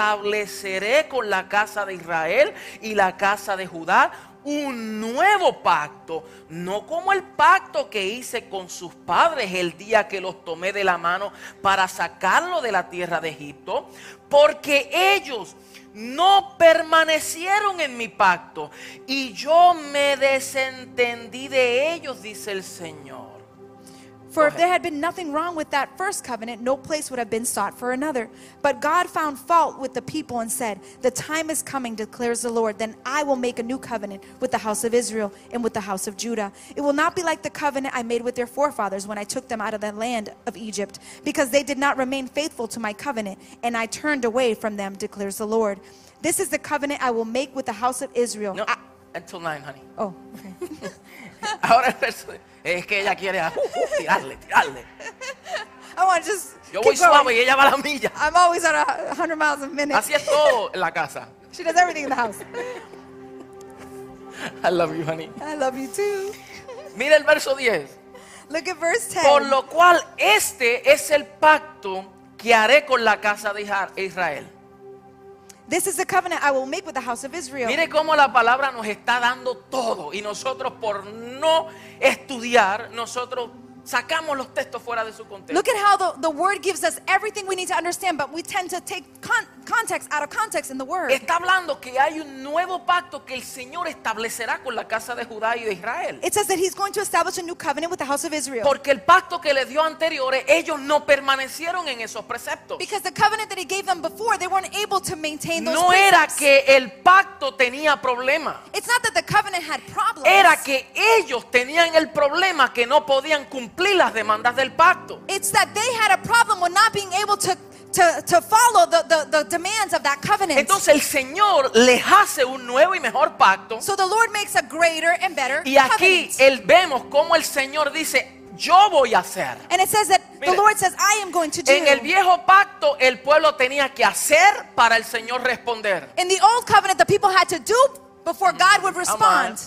estableceré con la casa de Israel y la casa de Judá un nuevo pacto, no como el pacto que hice con sus padres el día que los tomé de la mano para sacarlo de la tierra de Egipto, porque ellos no permanecieron en mi pacto y yo me desentendí de ellos, dice el Señor. for if there had been nothing wrong with that first covenant, no place would have been sought for another. But God found fault with the people and said, The time is coming, declares the Lord, then I will make a new covenant with the house of Israel and with the house of Judah. It will not be like the covenant I made with their forefathers when I took them out of the land of Egypt, because they did not remain faithful to my covenant, and I turned away from them, declares the Lord. This is the covenant I will make with the house of Israel. No, I- Ah, until nine, honey. [laughs] oh, okay. [laughs] Ahora el verso- es que ella quiere ah, uh, uh, tirarle, tirarle. I want to just. Yo keep voy going. suave y ella va a la milla. I'm always at a 100 miles a minute. Así es todo en la casa. She does everything in the house. [laughs] I love you, honey. I love you too. Mira el verso 10. Look at verse 10. Por lo cual este es el pacto que haré con la casa de Ija- Israel. This is the covenant I will make with the house of Israel. Mire cómo la palabra nos está dando todo y nosotros por no estudiar, nosotros sacamos los textos fuera de su contexto. Look at how the, the word gives us everything we need to understand, but we tend to take con- context out of context in the word. Está hablando que hay un nuevo pacto que el Señor establecerá con la casa de Judá y de Israel. It says that he's going to establish a new covenant with the house of Israel. Porque el pacto que les dio anteriores, ellos no permanecieron en esos preceptos. because the covenant that he gave them before, they weren't able to maintain those No era precepts. que el pacto tenía problema. It's not that the covenant had problems. Era que ellos tenían el problema que no podían cumplir las demandas del pacto. It's that they had a problem with not being able to, to, to follow the, the, the demands of that covenant. Entonces el Señor les hace un nuevo y mejor pacto. so the Lord makes a greater and better Y aquí covenant. él vemos cómo el Señor dice, yo voy a hacer. and it says that Mire. the Lord says, I am going to do. En el viejo pacto el pueblo tenía que hacer para el Señor responder. In the old covenant, the people had to do before God would on. respond.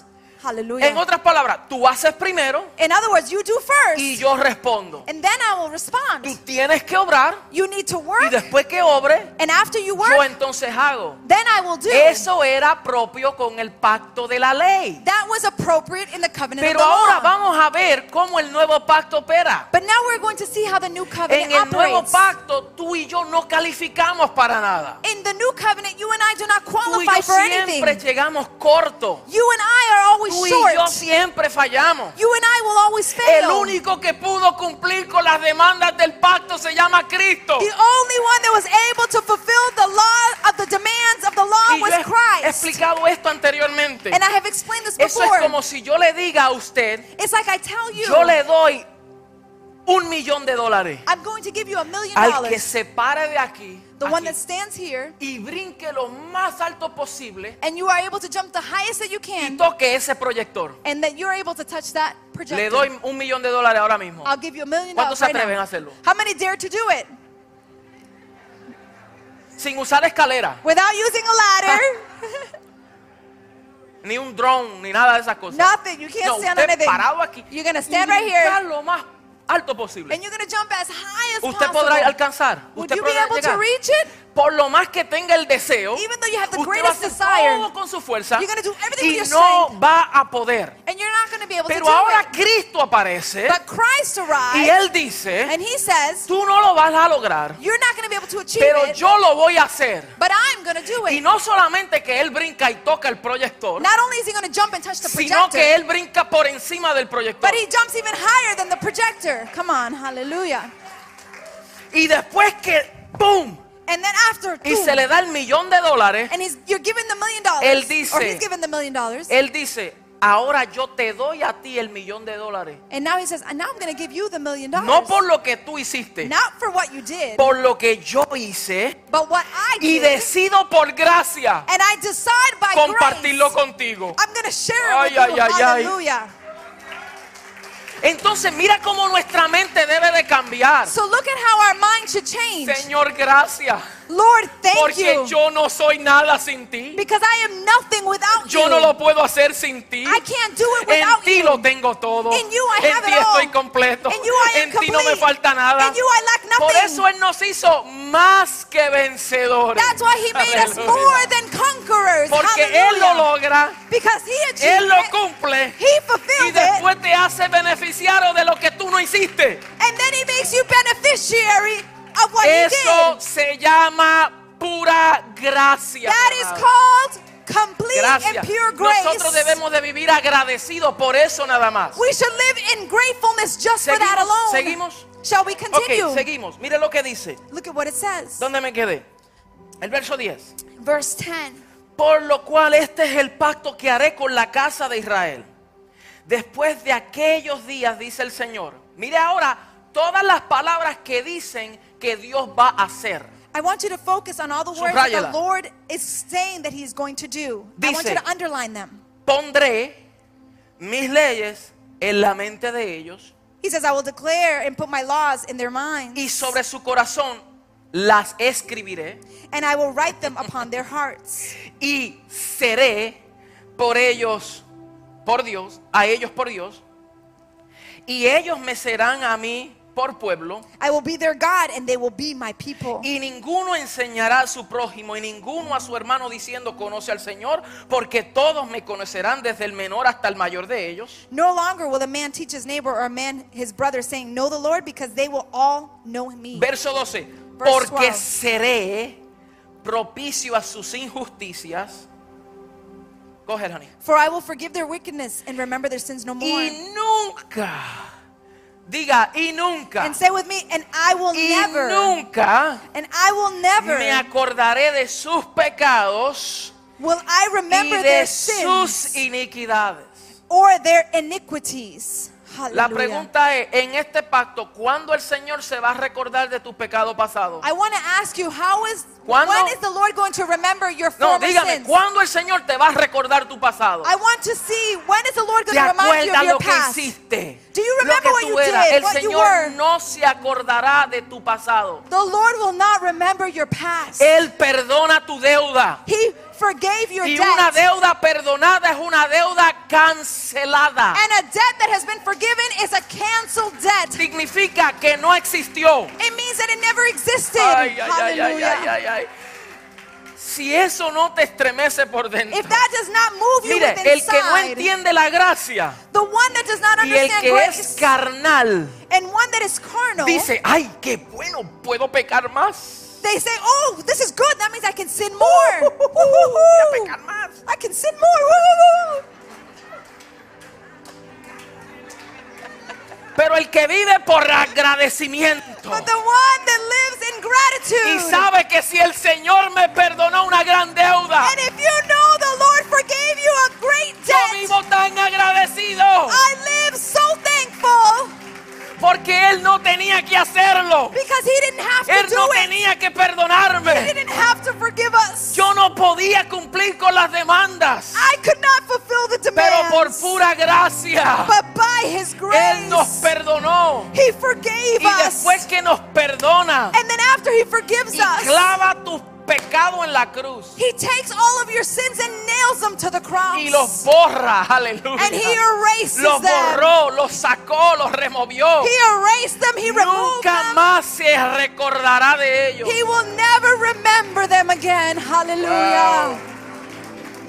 Hallelujah. En otras palabras, tú haces primero In other words, you do first, y yo respondo. and then I will respond. Tú tienes que obrar you need to y work, después que obre, and after you work, yo entonces hago. then I will do. Eso era propio con el pacto de la ley. that was appropriate in the covenant Pero of the law. ahora vamos a ver cómo el nuevo pacto opera. But now we're going to see how the new En covenant el nuevo operates. pacto tú y yo no calificamos para nada. in the new covenant, you and I do not Tú y qualify yo for anything. siempre llegamos cortos. You and I are always Tú y short. yo siempre fallamos. you and I will always El fail. único que pudo cumplir con las demandas del pacto se llama Cristo. The only one that was able to fulfill the law of the demands of the law Y yo was he Christ. explicado esto anteriormente. And I have explained this Eso es before. como si yo le diga a usted, It's like I tell you, yo le doy un millón de dólares I'm going to give you a million al que dollars. se pare de aquí, The one aquí, that stands here, y brinque lo más alto posible and you are able to jump the highest that you y can, toque ese proyector. and that you're able to touch that Le projector. doy un millón de dólares ahora mismo. I'll give you a million ¿Cuántos dollars se right atreven a now. hacerlo? How many dare to do it Sin usar escalera, without using a Ah. ladder? ni un drone, ni nada de esas cosas. Nothing. You can't No, stand usted on anything. parado aquí. You're gonna y stand right here. brincar lo más alto posible. [laughs] And you're going to jump as high as Usted possible. podrá alcanzar. Would Usted you be podrá able llegar. to reach it? Por lo más que tenga el deseo, Even though you have the usted va a greatest hacer desire, todo con su fuerza you're gonna do y everything with your no strength. va a poder. And you're not going to be able to Pero do ahora it. Cristo aparece But Christ y arrives, Él dice, and he says, tú no lo vas a lograr. You're not going to be able to to achieve pero it, yo lo voy a hacer. but I'm going to do Y it. no solamente que él brinca y toca el proyector, Not only is he going to jump and touch the sino que projector, él brinca por encima del proyector. but he jumps even higher than the projector. Come on, hallelujah. Y después que ¡pum! And then after, Y boom, se le da el millón de dólares, and he's, you're given the million Él dollars, dice- "Eh, or he's given the million dollars, él dice, ahora yo te doy a ti el millón de dólares. and now he says, and now I'm going to give you the million dollars. No por lo que tú hiciste, Not for what you did, por lo que yo hice but what I y did. decido por gracia and I decide by compartirlo grace, contigo. I'm going to share it with Ay, you. ay, ay, ay. hallelujah. Entonces mira cómo nuestra mente debe de cambiar. So look at how our mind should change. Señor, gracias. Lord, thank Porque you. yo no soy nada sin ti. because I am nothing without Yo you. no lo puedo hacer sin ti. I can't do it En without ti you. lo tengo todo. In you I en have ti it all. estoy completo. In you I am en ti no me complete. falta nada. In you I lack nothing. Por eso Él nos hizo más que vencedores. That's why he made us Aleluya. more than conquerors. Porque Él Hallelujah. lo logra, Because he achieved Él lo it. cumple. He Y fulfilled it. después te hace beneficiario de lo que tú no hiciste. And then he makes you beneficiary of what he Eso did. se llama pura gracia. That is amado. called complete Gracias. and pure grace. Nosotros debemos de vivir agradecidos por eso nada más. We should live in gratefulness just for that Seguimos, alone. seguimos. Shall we Ok, continue? seguimos. Mire lo que dice. Look at what it says. ¿Dónde me quedé? El verso 10. Verse 10. Por lo cual este es el pacto que haré con la casa de Israel. Después de aquellos días, dice el Señor. Mire ahora todas las palabras que dicen que Dios va a hacer. I want you to focus on all the words that Subráyala. the Lord is saying that he's going to do. I want Dice. you to underline them. Pondré mis leyes en la mente de ellos He says, I will declare and put my laws in their minds, y sobre su corazón las escribiré and I will write them upon their hearts. y seré por ellos, por Dios, a ellos por Dios. Y ellos me serán a mí por pueblo. I will be their God, and they will be my people. Y ninguno enseñará a su prójimo y ninguno a su hermano diciendo conoce al Señor, porque todos me conocerán desde el menor hasta el mayor de ellos. No longer will a man teach his neighbor or a man his brother, saying, Know the Lord, because they will all know me. Verso 12, Verse porque 12. seré propicio a sus injusticias. Coge, honey. For I will forgive their wickedness and remember their sins no more. Y nunca, diga, y nunca, And say with me, and I will y never, nunca and I will never, me acordaré de sus pecados will I remember y their de sins sus iniquidades. or their iniquities. La Hallelujah. pregunta es, en este pacto, ¿cuándo el Señor se va a recordar de tu pecado pasado? I want to ask you, how is ¿Cuándo? when is the Lord going to remember your No, former dígame, sins? ¿cuándo el Señor te va a recordar tu pasado? I want to see when is the Lord going ¿Te to remind you of acuerdas your lo que past? hiciste? Do you Lo remember what que tú you eras. did, El what you Señor were? no se acordará de tu pasado. The Lord will not remember your past. Él perdona tu deuda. he forgave your Y debt. una deuda perdonada es una deuda cancelada. and a debt that has been forgiven is a canceled debt. Significa que no existió. It means that it never existed. Ay, ay, ay, ay, Hallelujah. ay, ay, ay. Si eso no te estremece por dentro. If that does not move you Mire, with el que no inside, entiende la gracia the one that does not y el understand que es grace carnal and one that is carnal, dice, ay, qué bueno, puedo pecar más. they say, "Oh, this is good. That means I can sin [laughs] more. [laughs] Voy a pecar más. I can sin more." Woo, woo, woo. Pero el que vive por agradecimiento But the one that lives in y gratitude, sabe que si el Señor me perdonó una gran deuda, and if you know the Lord forgave you a great yo debt, vivo tan agradecido I live so thankful porque Él no tenía que hacerlo. because He didn't have Él to do no it. tenía que He perdonarme. didn't have to forgive us. Yo no podía cumplir con las demandas, I could not fulfill the pero por demands, pura gracia, but by His Él nos grace, perdonó. He forgave Y después us. que nos perdona And then after He forgives y us, clava tus pecados en la cruz He takes all of your sins and nails them to the y los cross. borra, aleluya. And He erases Los them. borró, los sacó, los removió. He erased them. He removed Nunca them. más se recordará de ellos. He will never remember them again. Hallelujah.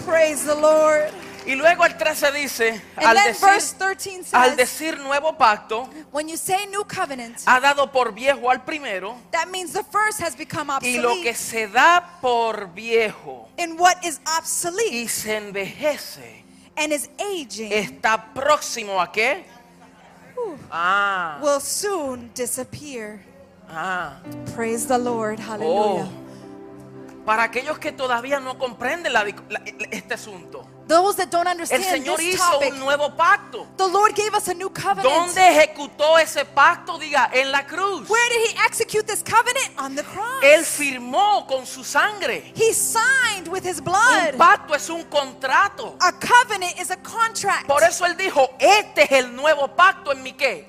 Praise the Lord. Y luego el 13 dice, And al then verse decir, 13 al says, decir nuevo pacto, when you say new covenant, ha dado por viejo al primero that means the first has become y lo que obsolete. se da por viejo And what is y obsolete se envejece and is aging está próximo a qué? Ah, will soon disappear. ah. Praise the Lord. Hallelujah. Oh. Para aquellos que todavía no comprenden la dic- la- este asunto, Those that don't el understand Señor this hizo topic, un nuevo pacto. the Lord gave us a new covenant. ¿Dónde ejecutó ese pacto? Diga, en la cruz. Where did he execute this covenant? On the cross. Él firmó con su sangre. He signed with his blood. Un pacto es un contrato. A covenant is a contract. Por eso él dijo, este es el nuevo pacto en mi qué?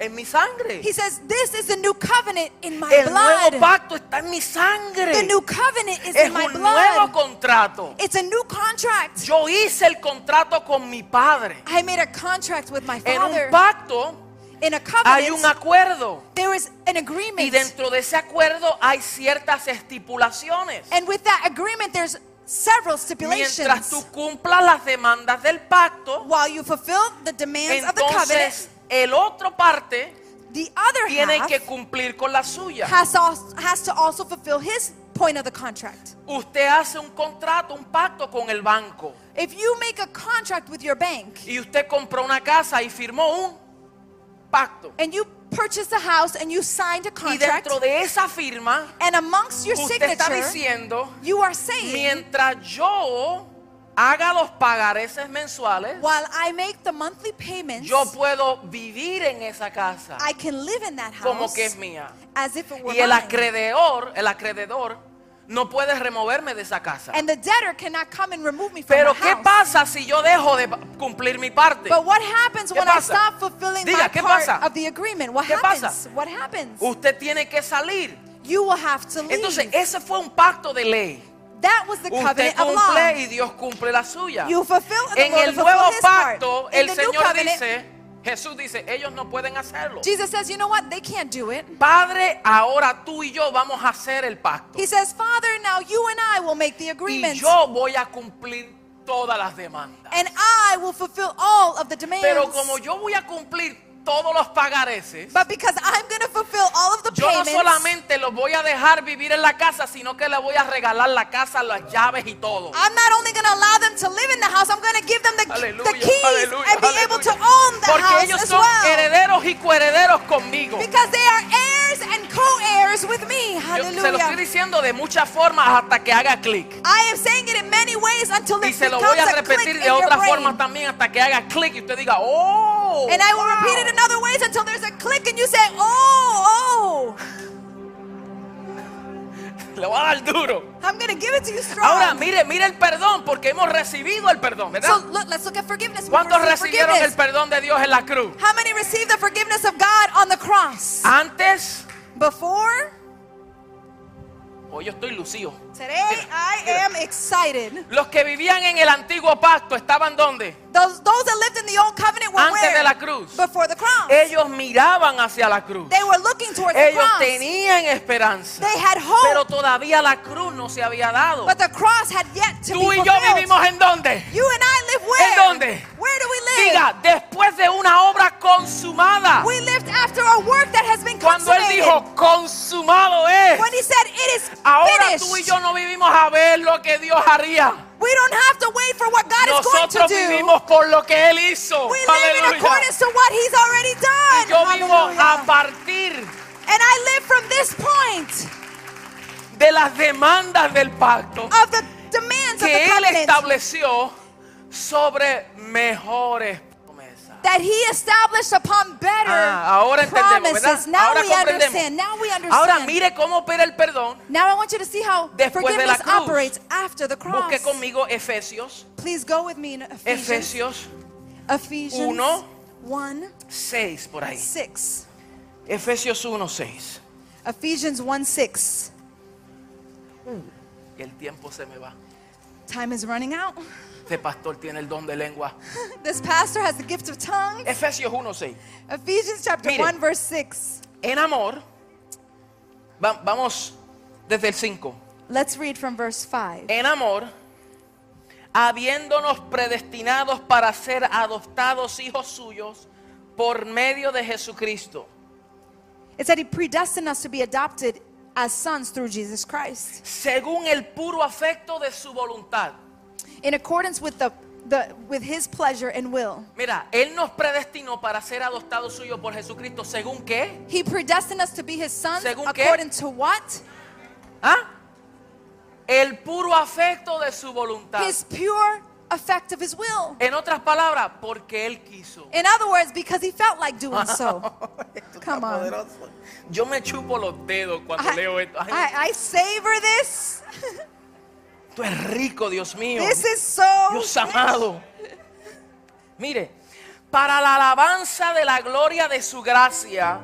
En mi sangre. He says, This is the new covenant in my El nuevo blood. pacto está en mi sangre. The new covenant is Es in my un nuevo blood. contrato. It's a new contract. Yo hice el contrato con mi padre. I made a contract with my En un father. pacto In a hay un covenant, acuerdo. there is an Y agreement. dentro de ese acuerdo hay ciertas estipulaciones. And with that agreement, there's several Mientras stipulations. tú cumplas las demandas del pacto, While you fulfill the demands of the covenant, entonces el otro parte the other tiene que half cumplir con la suya. has, al- has to also fulfill his point of the contract. Usted hace un contrato, un pacto con el banco. If you make a contract with your bank Y usted compró una casa y firmó un pacto. and you purchased a house and you signed a Y contract, dentro de esa firma, and amongst your usted está signature, diciendo, you are saying, mientras yo haga los pagareses mensuales, while I make the monthly payments, yo puedo vivir en esa casa I can live in that como que house es mía. as if it were Y el mine. acreedor, el acreedor no puede removerme de esa casa. And the debtor cannot come and remove me from Pero the ¿qué house. pasa si yo dejo de pa- cumplir mi parte? But what happens ¿Qué when I pasa? stop fulfilling Diga, my ¿qué part pasa? of the agreement? What ¿Qué happens? pasa? What happens? Usted tiene que salir. You will have to leave. Entonces, ese fue un pacto de ley. that was the Usted covenant of law. cumple y Dios cumple la suya. You fulfill the En Lord el fulfill nuevo his part. pacto, In el the new Señor covenant, dice, Jesús dice, ellos no pueden hacerlo. Jesus says, you know what? They can't do it. Padre, ahora tú y yo vamos a hacer el pacto. He says, Father, now you and I will make the Y agreement. yo voy a cumplir todas las demandas. and I will fulfill all of the demands. Pero como yo voy a cumplir todos los pagareses, but because I'm going to fulfill all of the yo no payments, solamente los voy a dejar vivir en la casa, sino que le voy a regalar la casa, las llaves y todo. I'm not only going to allow them to live in the house, I'm going to give them the, Aleluya, the keys aleluya, and be able to aleluya. own the Porque house ellos as son well. herederos y coherederos conmigo. Because they are heirs and co-heirs with me. Yo se lo estoy Hallelujah. diciendo de muchas formas hasta que haga clic. I am saying it in many ways until Y it se lo becomes voy a a click repetir in de your otras brain. formas también hasta que haga clic y usted diga, oh. And I will wow". repeat it in other ways until there's a click and you say, oh, oh. Le voy a dar duro. I'm going to give it to you strong. Ahora mire, mire el perdón porque hemos recibido el perdón, ¿verdad? so look, let's look at forgiveness. We've ¿Cuántos received recibieron el forgiveness. perdón de Dios en la cruz? How many received the forgiveness of God on the cross? Ah. Antes, Before hoy yo estoy lucido. today, I am excited. Los que vivían en el antiguo pacto estaban donde? Those, those that lived in the old covenant were Antes where? de la cruz. Before the cross. Ellos miraban hacia la cruz. they were looking towards the Ellos cross. tenían esperanza. they had Pero hope, todavía la cruz no se había dado. but the cross had yet to Tú be y yo fulfilled. vivimos en dónde? You and I live where? dónde? Where do we live? Diga, después de una obra consumada. We lived after a work that has been Cuando él consummated. dijo, consumado es. when he said it is Ahora finished, tú y yo no vivimos a ver lo que Dios haría. we don't have to wait for what God is going Nosotros to do. vivimos por lo que él hizo. we live in Aleluya. accordance to what he's already done. Yo vivo a Hallelujah. partir And I live from this point de las demandas del pacto of the demands Oh, of que the él covenant estableció sobre mejores promesas. that he established upon better Ah, ahora entendemos, ¿verdad? promises. Now Ahora we comprendemos. understand. Now we understand. Ahora mire cómo opera el perdón. now I want you to see how Después de la forgiveness cruz. operates after the cross. Busque conmigo Efesios, Please go with me in Ephesians. Efesios Ephesians Uno. 1 6 por ahí. 6. Efesios 1, 6. Ephesians 1 6. Y el tiempo se me va. Time is running out. Este pastor tiene el don de lengua. This pastor has the gift of tongues. Efesios 1, 6. Ephesians chapter Mire. 1 verse 6. En amor, va- vamos desde el 5. Let's read from verse 5. En amor, habiéndonos predestinados para ser adoptados hijos suyos por medio de Jesucristo, It said he predestined us to be adopted as sons through Jesus Christ. según el puro afecto de su voluntad. In accordance with the, the with his pleasure and will. Mira, Él nos predestinó para ser adoptados suyos por Jesucristo, según qué? He predestined us to be his sons Según qué? according to what? ¿Ah? El puro afecto de su voluntad. His pure effect of his will. En otras palabras, porque Él quiso. In other words, because he felt like doing [laughs] so. Esto está Come on. poderoso. Yo me chupo los dedos cuando leo I, esto. Ay, I, I savor this. esto es rico, Dios mío. This is so. Dios amado. Mire, para la alabanza de la gloria de su gracia,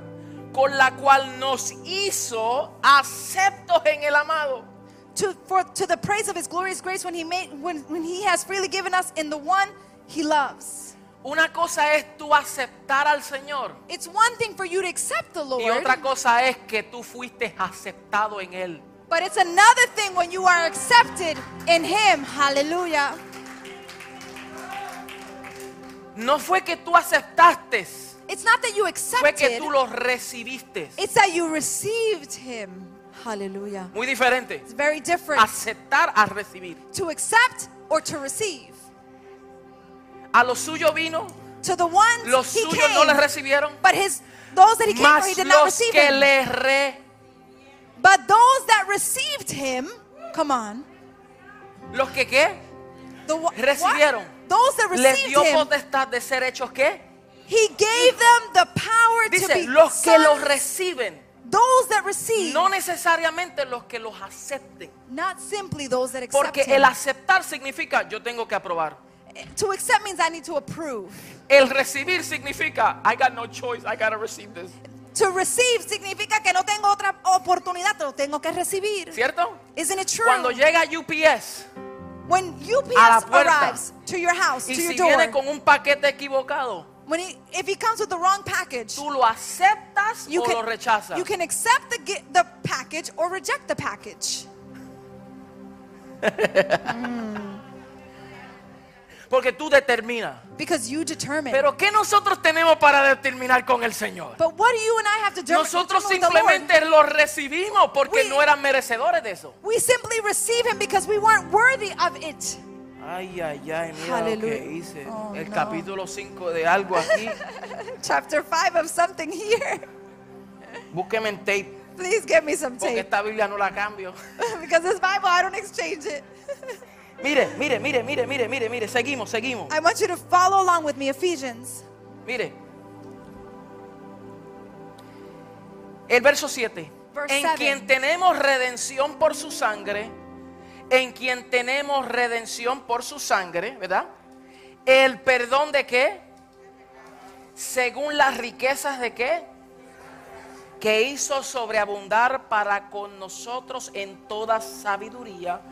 con la cual nos hizo aceptos en el amado. to, for, to the praise of his glorious grace when he made when, when he has freely given us in the one he loves. Una cosa es tú aceptar al Señor It's one thing for you to accept the y Lord, otra cosa es que tú fuiste aceptado en Él. but it's another thing when you are accepted in him. Hallelujah. No fue que tú aceptaste, It's not that you fue accepted, que tú lo recibiste. it's that you received him. Hallelujah. Muy diferente. It's very different Aceptar a recibir. to accept or to receive. A los suyos vino, To the ones los he suyos came, no les recibieron, but his those that he came for he más did not los receive que him. le re- But those that received him, come on, los que qué? The wha- Recibieron. what? Those that Les received dio him, potestad de ser hechos qué? he gave them the power to Dice, be los que sons. los reciben, those that receive, no necesariamente los que los acepten. not simply those that accept Porque him. el aceptar significa yo tengo que aprobar. to accept means I need to approve. El recibir significa I got no choice, I gotta receive this. To receive significa que no tengo otra oportunidad, lo tengo que recibir. ¿Cierto? Isn't it true? Cuando llega UPS when a la UPS puerta. arrives to your house, y to your si door, viene con un paquete equivocado, when he, if he comes with the wrong package, tú lo aceptas you o lo can, rechazas. you can accept the, gi- the package or reject the package. Porque tú determinas. Because you determine. Pero ¿qué nosotros tenemos para determinar con el Señor? But what do you and I have to do? Nosotros simplemente lo recibimos porque We- no eran merecedores de eso. We simply receive him because we weren't worthy of it. Ay, ay, ay, mira lo que Hallelujah. hice. Oh, El no. capítulo 5 de algo aquí. [laughs] Chapter 5 of something here. [laughs] Búsqueme en tape, Please give me some porque tape. [laughs] esta Biblia no la cambio. because this Bible, I don't exchange it. Mire, mire, mire, mire, mire, mire, mire, seguimos, seguimos. I want you to follow along with me, Ephesians. Mire. El verso 7. Verse En seven. quien tenemos redención por su sangre, en quien tenemos redención por su sangre, ¿verdad? El perdón de qué? Según las riquezas de qué? Que hizo sobreabundar para con nosotros en toda sabiduría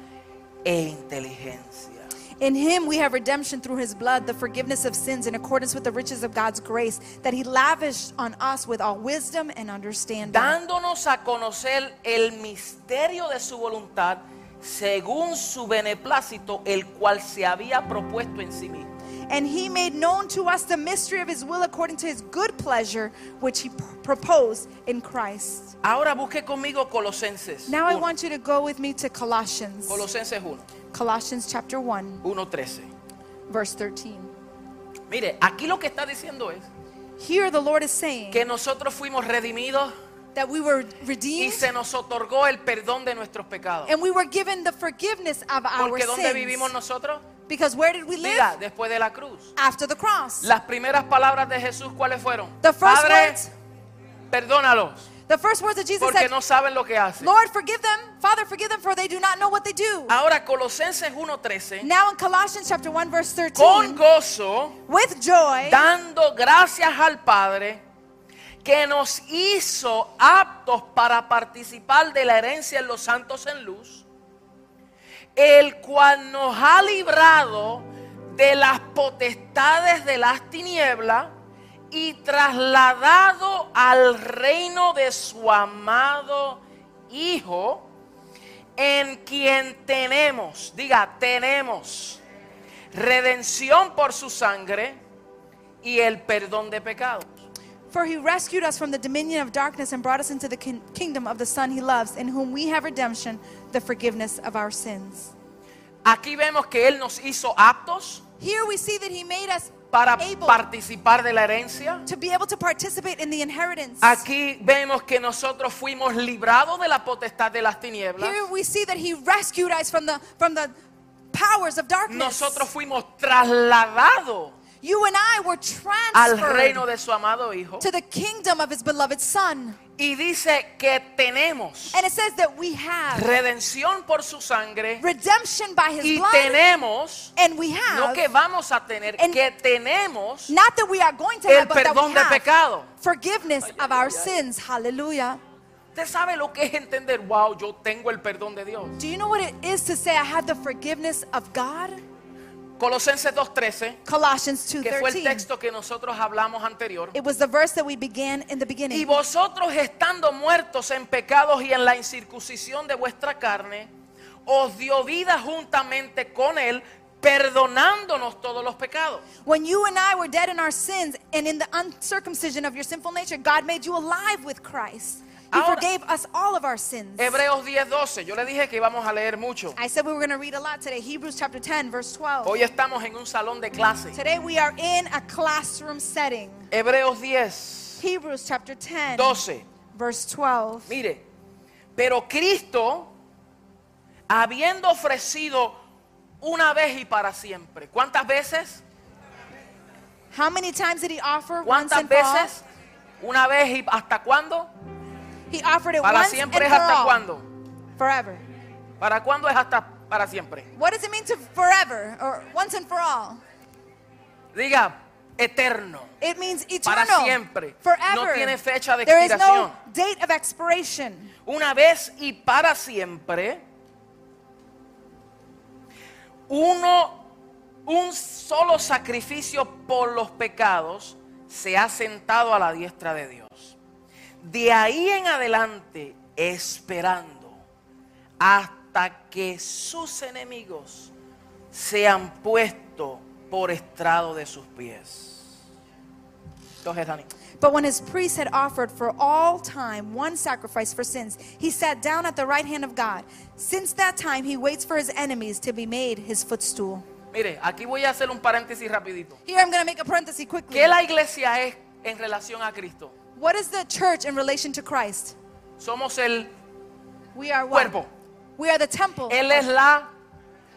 e inteligencia. In him we have redemption through his blood, the forgiveness of sins in accordance with the riches of God's grace that he lavished on us with all wisdom and understanding. dándonos a conocer el misterio de su voluntad según su beneplácito, el cual se había propuesto en sí mismo. And he made known to us the mystery of his will according to his good pleasure, which he pr- proposed in Christ. Ahora busque conmigo Colosenses. Now I uno. want you to go with me to Colossians. Colosenses 1, Colossians chapter 1, 1.13. verse 13. Mire, aquí lo que está diciendo es Here the Lord is saying que nosotros fuimos redimidos that we were y redeemed se nos otorgó el perdón de nuestros pecados. and we were given the forgiveness of our Porque ¿dónde sins. vivimos nosotros? Because where did we live? Diga, después de la cruz. After the cross. Las primeras palabras de Jesús, ¿cuáles fueron? The first Padre, words- perdónalos, The first words that Jesus porque said, no saben lo que hacen. Lord, forgive them. Father, forgive them, for they do not know what they do. Ahora Colosenses 1:13, Now in Colossians chapter 1, verse con 13, gozo, with joy. dando gracias al Padre que nos hizo aptos para participar de la herencia en los santos en luz, el cual nos ha librado de las potestades de las tinieblas y trasladado al reino de su amado Hijo, en quien tenemos, diga, tenemos redención por su sangre y el perdón de pecados. For he rescued us from the dominion of darkness and brought us into the kin- kingdom of the Son he loves, in whom we have redemption, the forgiveness of our sins. Aquí vemos que Él nos hizo aptos Here we see that he made us para able participar de la herencia. to be able to participate in the inheritance. Aquí vemos que nosotros fuimos librados de la potestad de las tinieblas. Here we see that he rescued us from the from the powers of darkness. Nosotros fuimos trasladados you and I were al transferred reino de su amado Hijo. to the kingdom of his beloved son. Y dice que tenemos And it says that we have redención por su sangre redemption by his y blood. tenemos, and we no have que vamos a tener, And- que tenemos not that we are going to el have, but that we perdón de have pecado. forgiveness of our sins. Hallelujah. Usted sabe lo que es entender, wow, yo tengo el perdón de Dios. Do you know what it is to say I have the forgiveness of God? Colosenses 2.13, Colossians que fue el 2:13. texto que nosotros hablamos anterior. It was the verse that we began in the beginning. Y vosotros estando muertos en pecados y en la incircuncisión de vuestra carne, os dio vida juntamente con él, perdonándonos todos los pecados. When you and I were dead in our sins and in the uncircumcision of your sinful nature, God made you alive with Christ. He Ahora- forgave us all of our sins. Hebreos 10:12, yo le dije que íbamos a leer mucho. I said we were going to read a lot today. Hebrews chapter 10, verse 12. Hoy estamos en un salón de clase. Today we are in a classroom setting. Hebreos 10, Hebrews chapter 10, 12. verse 12. Mire, pero Cristo, habiendo ofrecido una vez y para siempre, ¿cuántas veces? How many times did he offer? Once ¿Cuántas and for all. veces? ¿Una vez y hasta cuándo? He offered it ¿Para once siempre and es for hasta all. cuándo? Forever. ¿Para cuándo es hasta para siempre? What does it mean to forever or once and for all? Diga, eterno. It means Para eternal. siempre. Forever. No tiene fecha de there is no expiración. date of expiration. Una vez y para siempre, uno, un solo sacrificio por los pecados se ha sentado a la diestra de Dios. De ahí en adelante, esperando hasta que sus enemigos sean puestos por estrado de sus pies. Entonces, Dani. But when his priest had offered for all time one sacrifice for sins, he sat down at the right hand of God. Since that time, he waits for his enemies to be made his footstool. Mire, aquí voy a hacer un paréntesis rapidito. Here I'm going to make a parenthesis quickly. ¿Qué la iglesia es en relación a Cristo? What is the church in relation to Christ? Somos el, We are one. Cuerpo. We are the temple. Él es la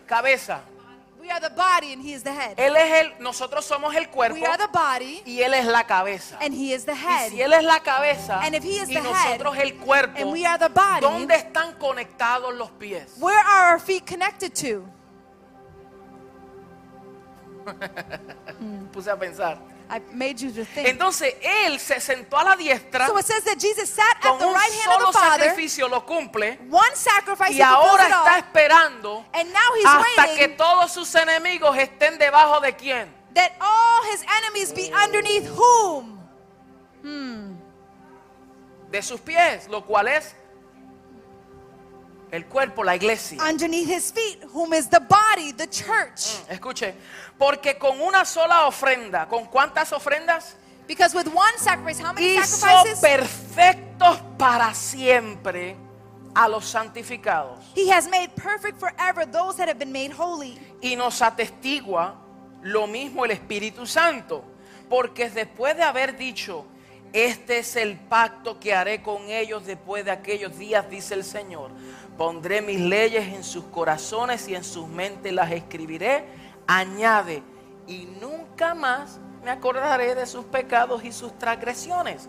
cabeza. we are the body, and he is the head. Él es el, nosotros somos el cuerpo we are the body, y Él es la cabeza. and he is the Y head. si Él es la cabeza And if he is y the nosotros el cuerpo, and we are the body, ¿dónde están conectados los pies? Where are our feet connected to? Me Puse a pensar. I made you to think. Entonces Él se sentó a la diestra, so it says that Jesus sat at con the un right hand solo of the Father. sacrificio lo cumple One sacrifice y he fulfills ahora it all. está esperando And now he's hasta que waiting todos sus enemigos estén debajo de quién. that all his enemies be underneath whom? de sus pies, lo cual es el cuerpo, la iglesia. Underneath his feet, whom is the body, the church. Escuche, porque con una sola ofrenda, ¿con cuántas ofrendas? Because with one sacrifice, how many Hizo sacrifices? perfectos para siempre a los santificados He has made perfect forever those that have been made holy. y nos atestigua lo mismo el Espíritu Santo, porque después de haber dicho, este es el pacto que haré con ellos después de aquellos días, dice el Señor, pondré mis leyes en sus corazones y en sus mentes las escribiré, añade, y nunca más me acordaré de sus pecados y sus transgresiones,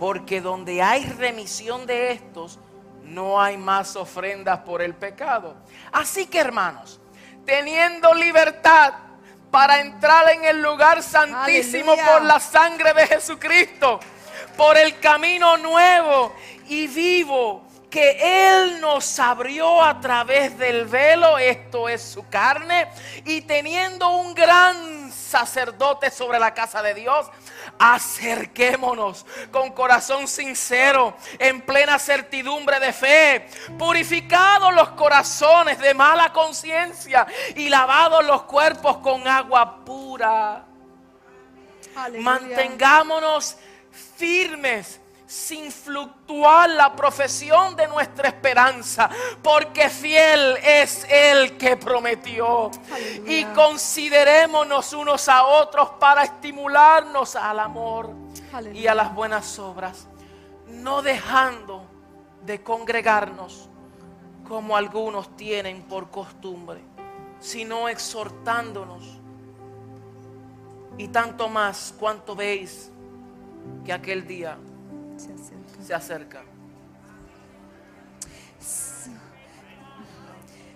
porque donde hay remisión de estos, no hay más ofrendas por el pecado. Así que hermanos, teniendo libertad para entrar en el lugar santísimo Aleluya. por la sangre de Jesucristo, por el camino nuevo y vivo que Él nos abrió a través del velo, esto es su carne, y teniendo un gran sacerdotes sobre la casa de Dios, acerquémonos con corazón sincero, en plena certidumbre de fe, purificados los corazones de mala conciencia y lavados los cuerpos con agua pura. Hallelujah. Mantengámonos firmes sin fluctuar la profesión de nuestra esperanza, porque fiel es el que prometió. Y considerémonos unos a otros para estimularnos al amor y Aleluya. a las buenas obras, no dejando de congregarnos como algunos tienen por costumbre, sino exhortándonos y tanto más cuanto veis que aquel día se acerca.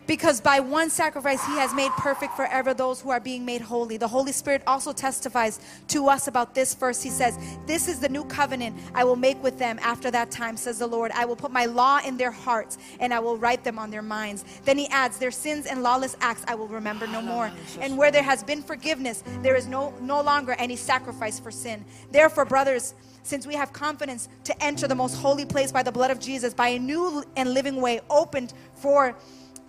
Because by one sacrifice he has made perfect forever those who are being made holy. The Holy Spirit also testifies to us about this verse. He says, This is the new covenant I will make with them after that time, says the Lord. I will put my law in their hearts and I will write them on their minds. Then he adds, Their sins and lawless acts I will remember no more. And where there has been forgiveness, there is no, no longer any sacrifice for sin. Therefore, brothers, since we have confidence to enter the most holy place by the blood of Jesus, by a new and living way opened for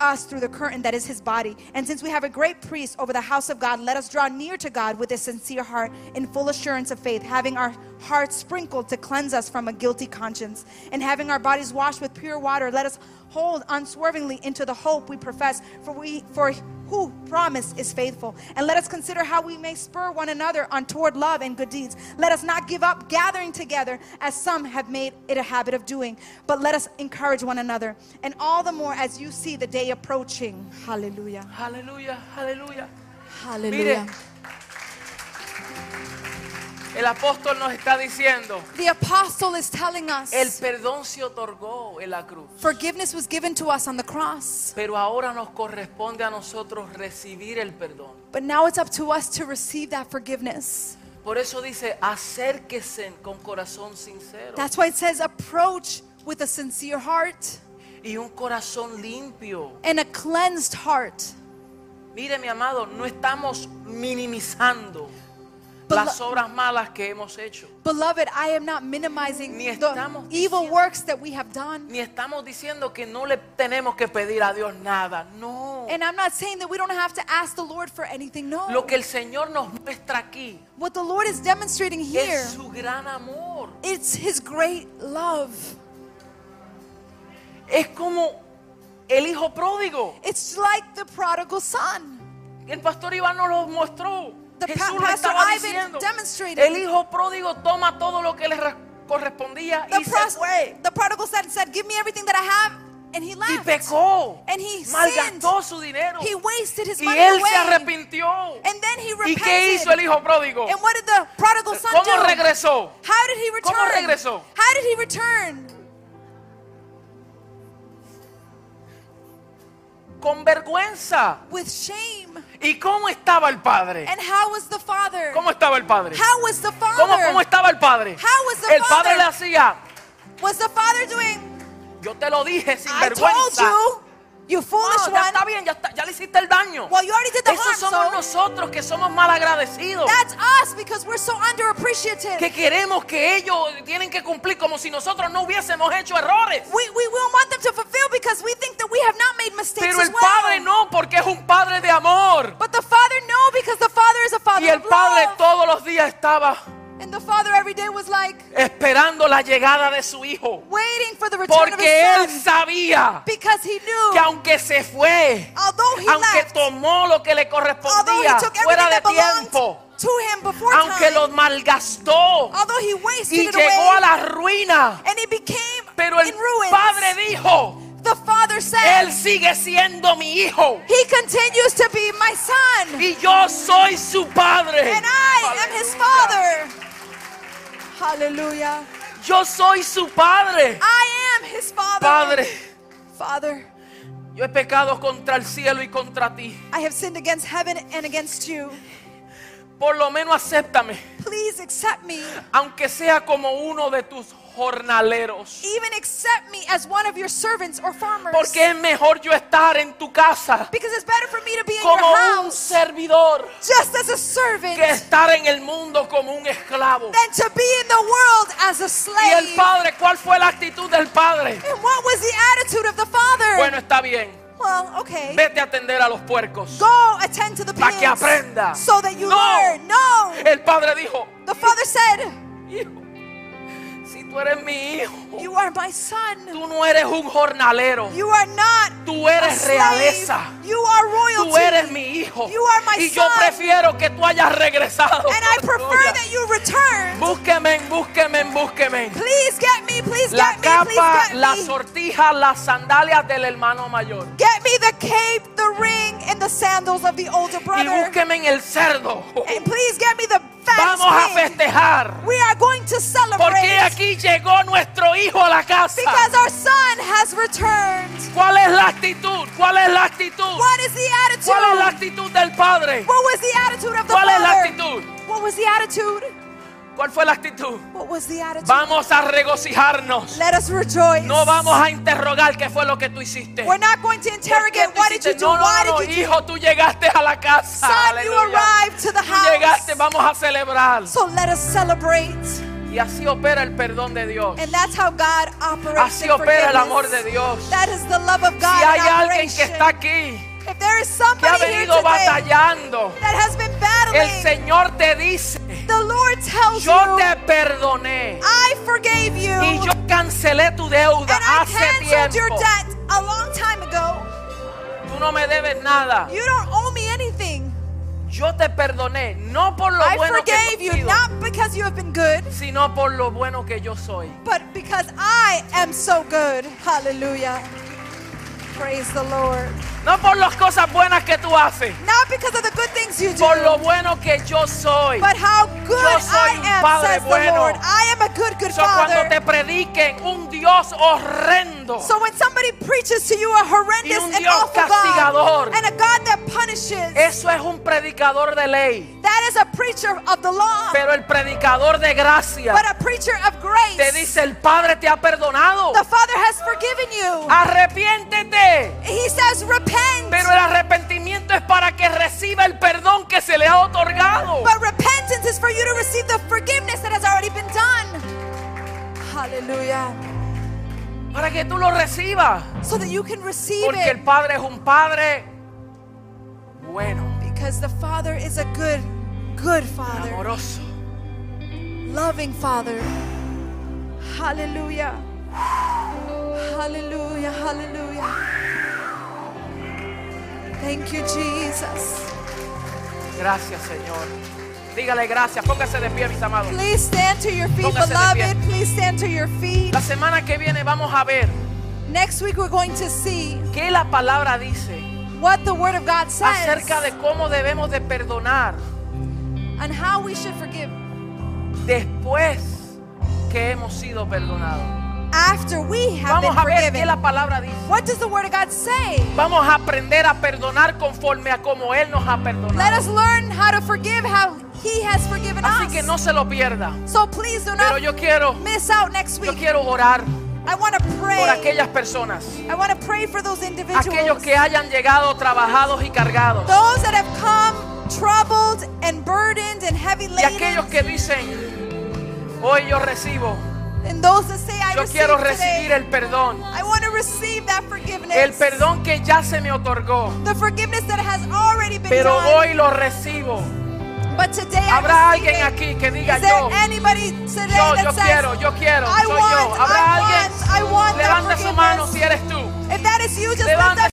us through the curtain that is his body. And since we have a great priest over the house of God, let us draw near to God with a sincere heart, in full assurance of faith, having our hearts sprinkled to cleanse us from a guilty conscience, and having our bodies washed with pure water, let us hold unswervingly into the hope we profess, for we for who promise is faithful. And let us consider how we may spur one another on toward love and good deeds. Let us not give up gathering together as some have made it a habit of doing, but let us encourage one another. And all the more as you see the day approaching. Hallelujah. Aleluya, aleluya. Mire, Hallelujah. el apóstol nos está diciendo, The apostle is telling us el perdón se otorgó en la cruz, forgiveness was given to us on the cross, pero ahora nos corresponde a nosotros recibir el perdón. but now it's up to us to receive that forgiveness. Por eso dice, acérquese con corazón sincero That's why it says approach with a sincere heart y un corazón limpio. and a cleansed heart. Mire, mi amado, no estamos minimizando But las lo- obras malas que hemos hecho. Beloved, I am not minimizing Ni the estamos evil diciendo- works that we have done. Ni estamos diciendo que no le tenemos que pedir a Dios nada. No. And I'm not saying that we don't have to ask the Lord for anything. Lo No. que el Señor nos muestra aquí What the Lord is demonstrating here, es su gran amor. it's His great love. Es como el hijo pródigo. It's like the prodigal son. El pastor Iván nos lo mostró. The pa- Jesús lo Pastor estaba Ivan diciendo. demonstrated. El hijo pródigo toma todo lo que le re- correspondía The, y pros- se fue. the prodigal son said, Give me everything that I have. And he Y left. pecó. And he Malgastó sinned. su dinero. He wasted his Y money él se away. arrepintió. And then he ¿Y qué hizo el repented. hijo pródigo? And what did the prodigal son do? ¿Cómo regresó? How did he return? ¿Cómo regresó? How did he return? Con vergüenza. With shame. ¿Y cómo estaba el padre? And how was the father? ¿Cómo estaba el padre? How was the ¿Cómo, father? cómo estaba el padre? How was the El padre father? le hacía, Was the father doing? yo te lo dije sin I told vergüenza. you, you foolish No, ya está one. bien, ya, está- ya le hiciste el daño. Well, you already did the Esos somos harm, so nosotros que somos malagradecidos. that's us because we're so underappreciated. Que queremos que ellos tienen que cumplir como si nosotros no hubiésemos hecho errores. We, we won't want them to fulfill because we think that we have not made mistakes Pero as el well. padre no, porque es un padre de amor. But the father no because the father is a father Y el of padre love. todos los días estaba And the father every day was like esperando la llegada de su hijo. waiting for the return of Porque él his son sabía because he knew que aunque se fue, although he aunque left, tomó lo que le although he correspondía took everything fuera de that belonged tiempo, to him before aunque time, lo malgastó although he wasted y it llegó away, a la ruina, and he became pero el in ruins. padre dijo, the father said, él sigue siendo mi hijo He continues to be my son, y yo soy su padre. and I am his father. Hallelujah. Yo soy su padre. I am his father. Padre, Father, yo he pecado contra el cielo y contra ti. I have sinned against heaven and against you. Por lo menos acéptame, Please accept me, aunque sea como uno de tus jornaleros. Even accept me as one of your servants or farmers. Porque es mejor yo estar en tu casa because it's better for me to be in como your un house servidor just as a servant que estar en el mundo como un esclavo. than to be in the world as a Y el slave. padre, ¿cuál fue la actitud del padre? And what was the attitude of the father? Bueno, está bien. well, okay. Vete a atender a los puercos. Go attend to the Pa' pigs que aprenda. so that you No. Eh. learn. No. El padre dijo, The father said, hijo, si tú eres mi hijo, "You are my son. tú no eres un jornalero. You are not Tú eres a slave. realeza. You are royalty. Tú eres mi hijo. You are my Y yo son. prefiero que tú hayas regresado. And I prefer Gloria. that you return. Búsqueme, búsqueme, búsqueme. Please get me. Please La get me. Please capa, get la me. sortija, las sandalias del hermano mayor. Get me the cape, the ring, and the sandals of the older Y brother. búsqueme en el cerdo. And please get me the fattest Vamos a pig. festejar. We are going to Porque celebrate aquí llegó nuestro hijo a la casa. because our son has returned. ¿Cuál es la actitud? ¿Cuál es la actitud? What is the attitude? ¿Cuál es la actitud del padre? What was the attitude of the ¿Cuál es la father? actitud? What was the attitude? ¿Cuál fue la actitud? What was the attitude? Vamos a regocijarnos. Let us rejoice. No vamos a interrogar qué fue lo que tú hiciste. We're not going to ¿Por qué interrogate tú what did you hiciste? do? No, no, Why no, did you do? hijo, tú llegaste a la casa. Son, you Aleluya. arrived to the Tú llegaste, house. vamos a celebrar. So let us celebrate. Y así opera el perdón de Dios. And that's how God operates. Así in opera el forgiveness. amor de Dios. That is the love of Si God. hay in alguien que operation. está aquí, if there is que ha somebody here venido today batallando, that has been el battling, Señor te dice, the Lord tells yo you, te perdoné I forgave you. y yo cancelé tu deuda and I hace canceled your tiempo. debt a long time ago. Tú no me debes nada. You don't owe me anything. Yo te perdoné, no por lo I bueno que forgave he you, sido, not because you have been good, sino por lo bueno que yo soy. but because I am so good. Hallelujah. Praise the Lord. No por las cosas buenas que tú haces, Not because of the good things you do, por lo bueno que yo soy. but how good Yo soy I un am, padre says the bueno. Lord. I am a good, good So, cuando father. te prediquen un Dios horrendo, So when somebody preaches to you a Y horrendous un and Dios awful God, castigador. and a God that punishes, eso es un predicador de ley. that is a preacher of the law, Pero el predicador de gracia but a preacher of grace. te dice, el Padre te ha perdonado. the Father has forgiven you. Arrepiéntete. He says, repent. Ah. Pero el arrepentimiento es para que reciba el perdón que se le ha otorgado. But repentance is for you to receive the forgiveness that has already been done. Hallelujah. Para que tú lo recibas. So that you can receive Porque it. el Padre es un Padre bueno, Because the Father is a good, good Father, amoroso. loving Father. Hallelujah. Hallelujah. Hallelujah. Thank you, Jesus. Gracias, Señor. Dígale gracias. Póngase de pie, mis amados. Please stand to your feet, Póngase de beloved. pie. Please stand to your feet. La semana que viene vamos a ver Next week, we're going to see qué la palabra dice what the Word of God says acerca de cómo debemos de perdonar and how we should forgive. después que hemos sido perdonados. after we have Vamos a been ver qué forgiven. la palabra dice. What does the Word of God say? Vamos a aprender a perdonar conforme a como Él nos ha Let perdonado. us learn how to forgive how He has forgiven Así us. que no se lo pierda. so please do Pero not yo quiero, miss out next yo week. quiero orar I want to por pray. aquellas personas. I want to pray for those individuals. aquellos que hayan llegado trabajados y cargados those that have come troubled and burdened and heavy y laden. aquellos que dicen hoy yo recibo and those that say, I yo receive quiero today. recibir el perdón I want to receive that forgiveness. el perdón que ya se me otorgó The forgiveness that has already been pero done. hoy lo recibo but today habrá I receive alguien it. aquí que diga Is there yo anybody today yo that yo says, quiero yo quiero I soy want, yo habrá I want, I alguien want that levanta su mano forgiveness. si eres tú If that is you, just lift levanta up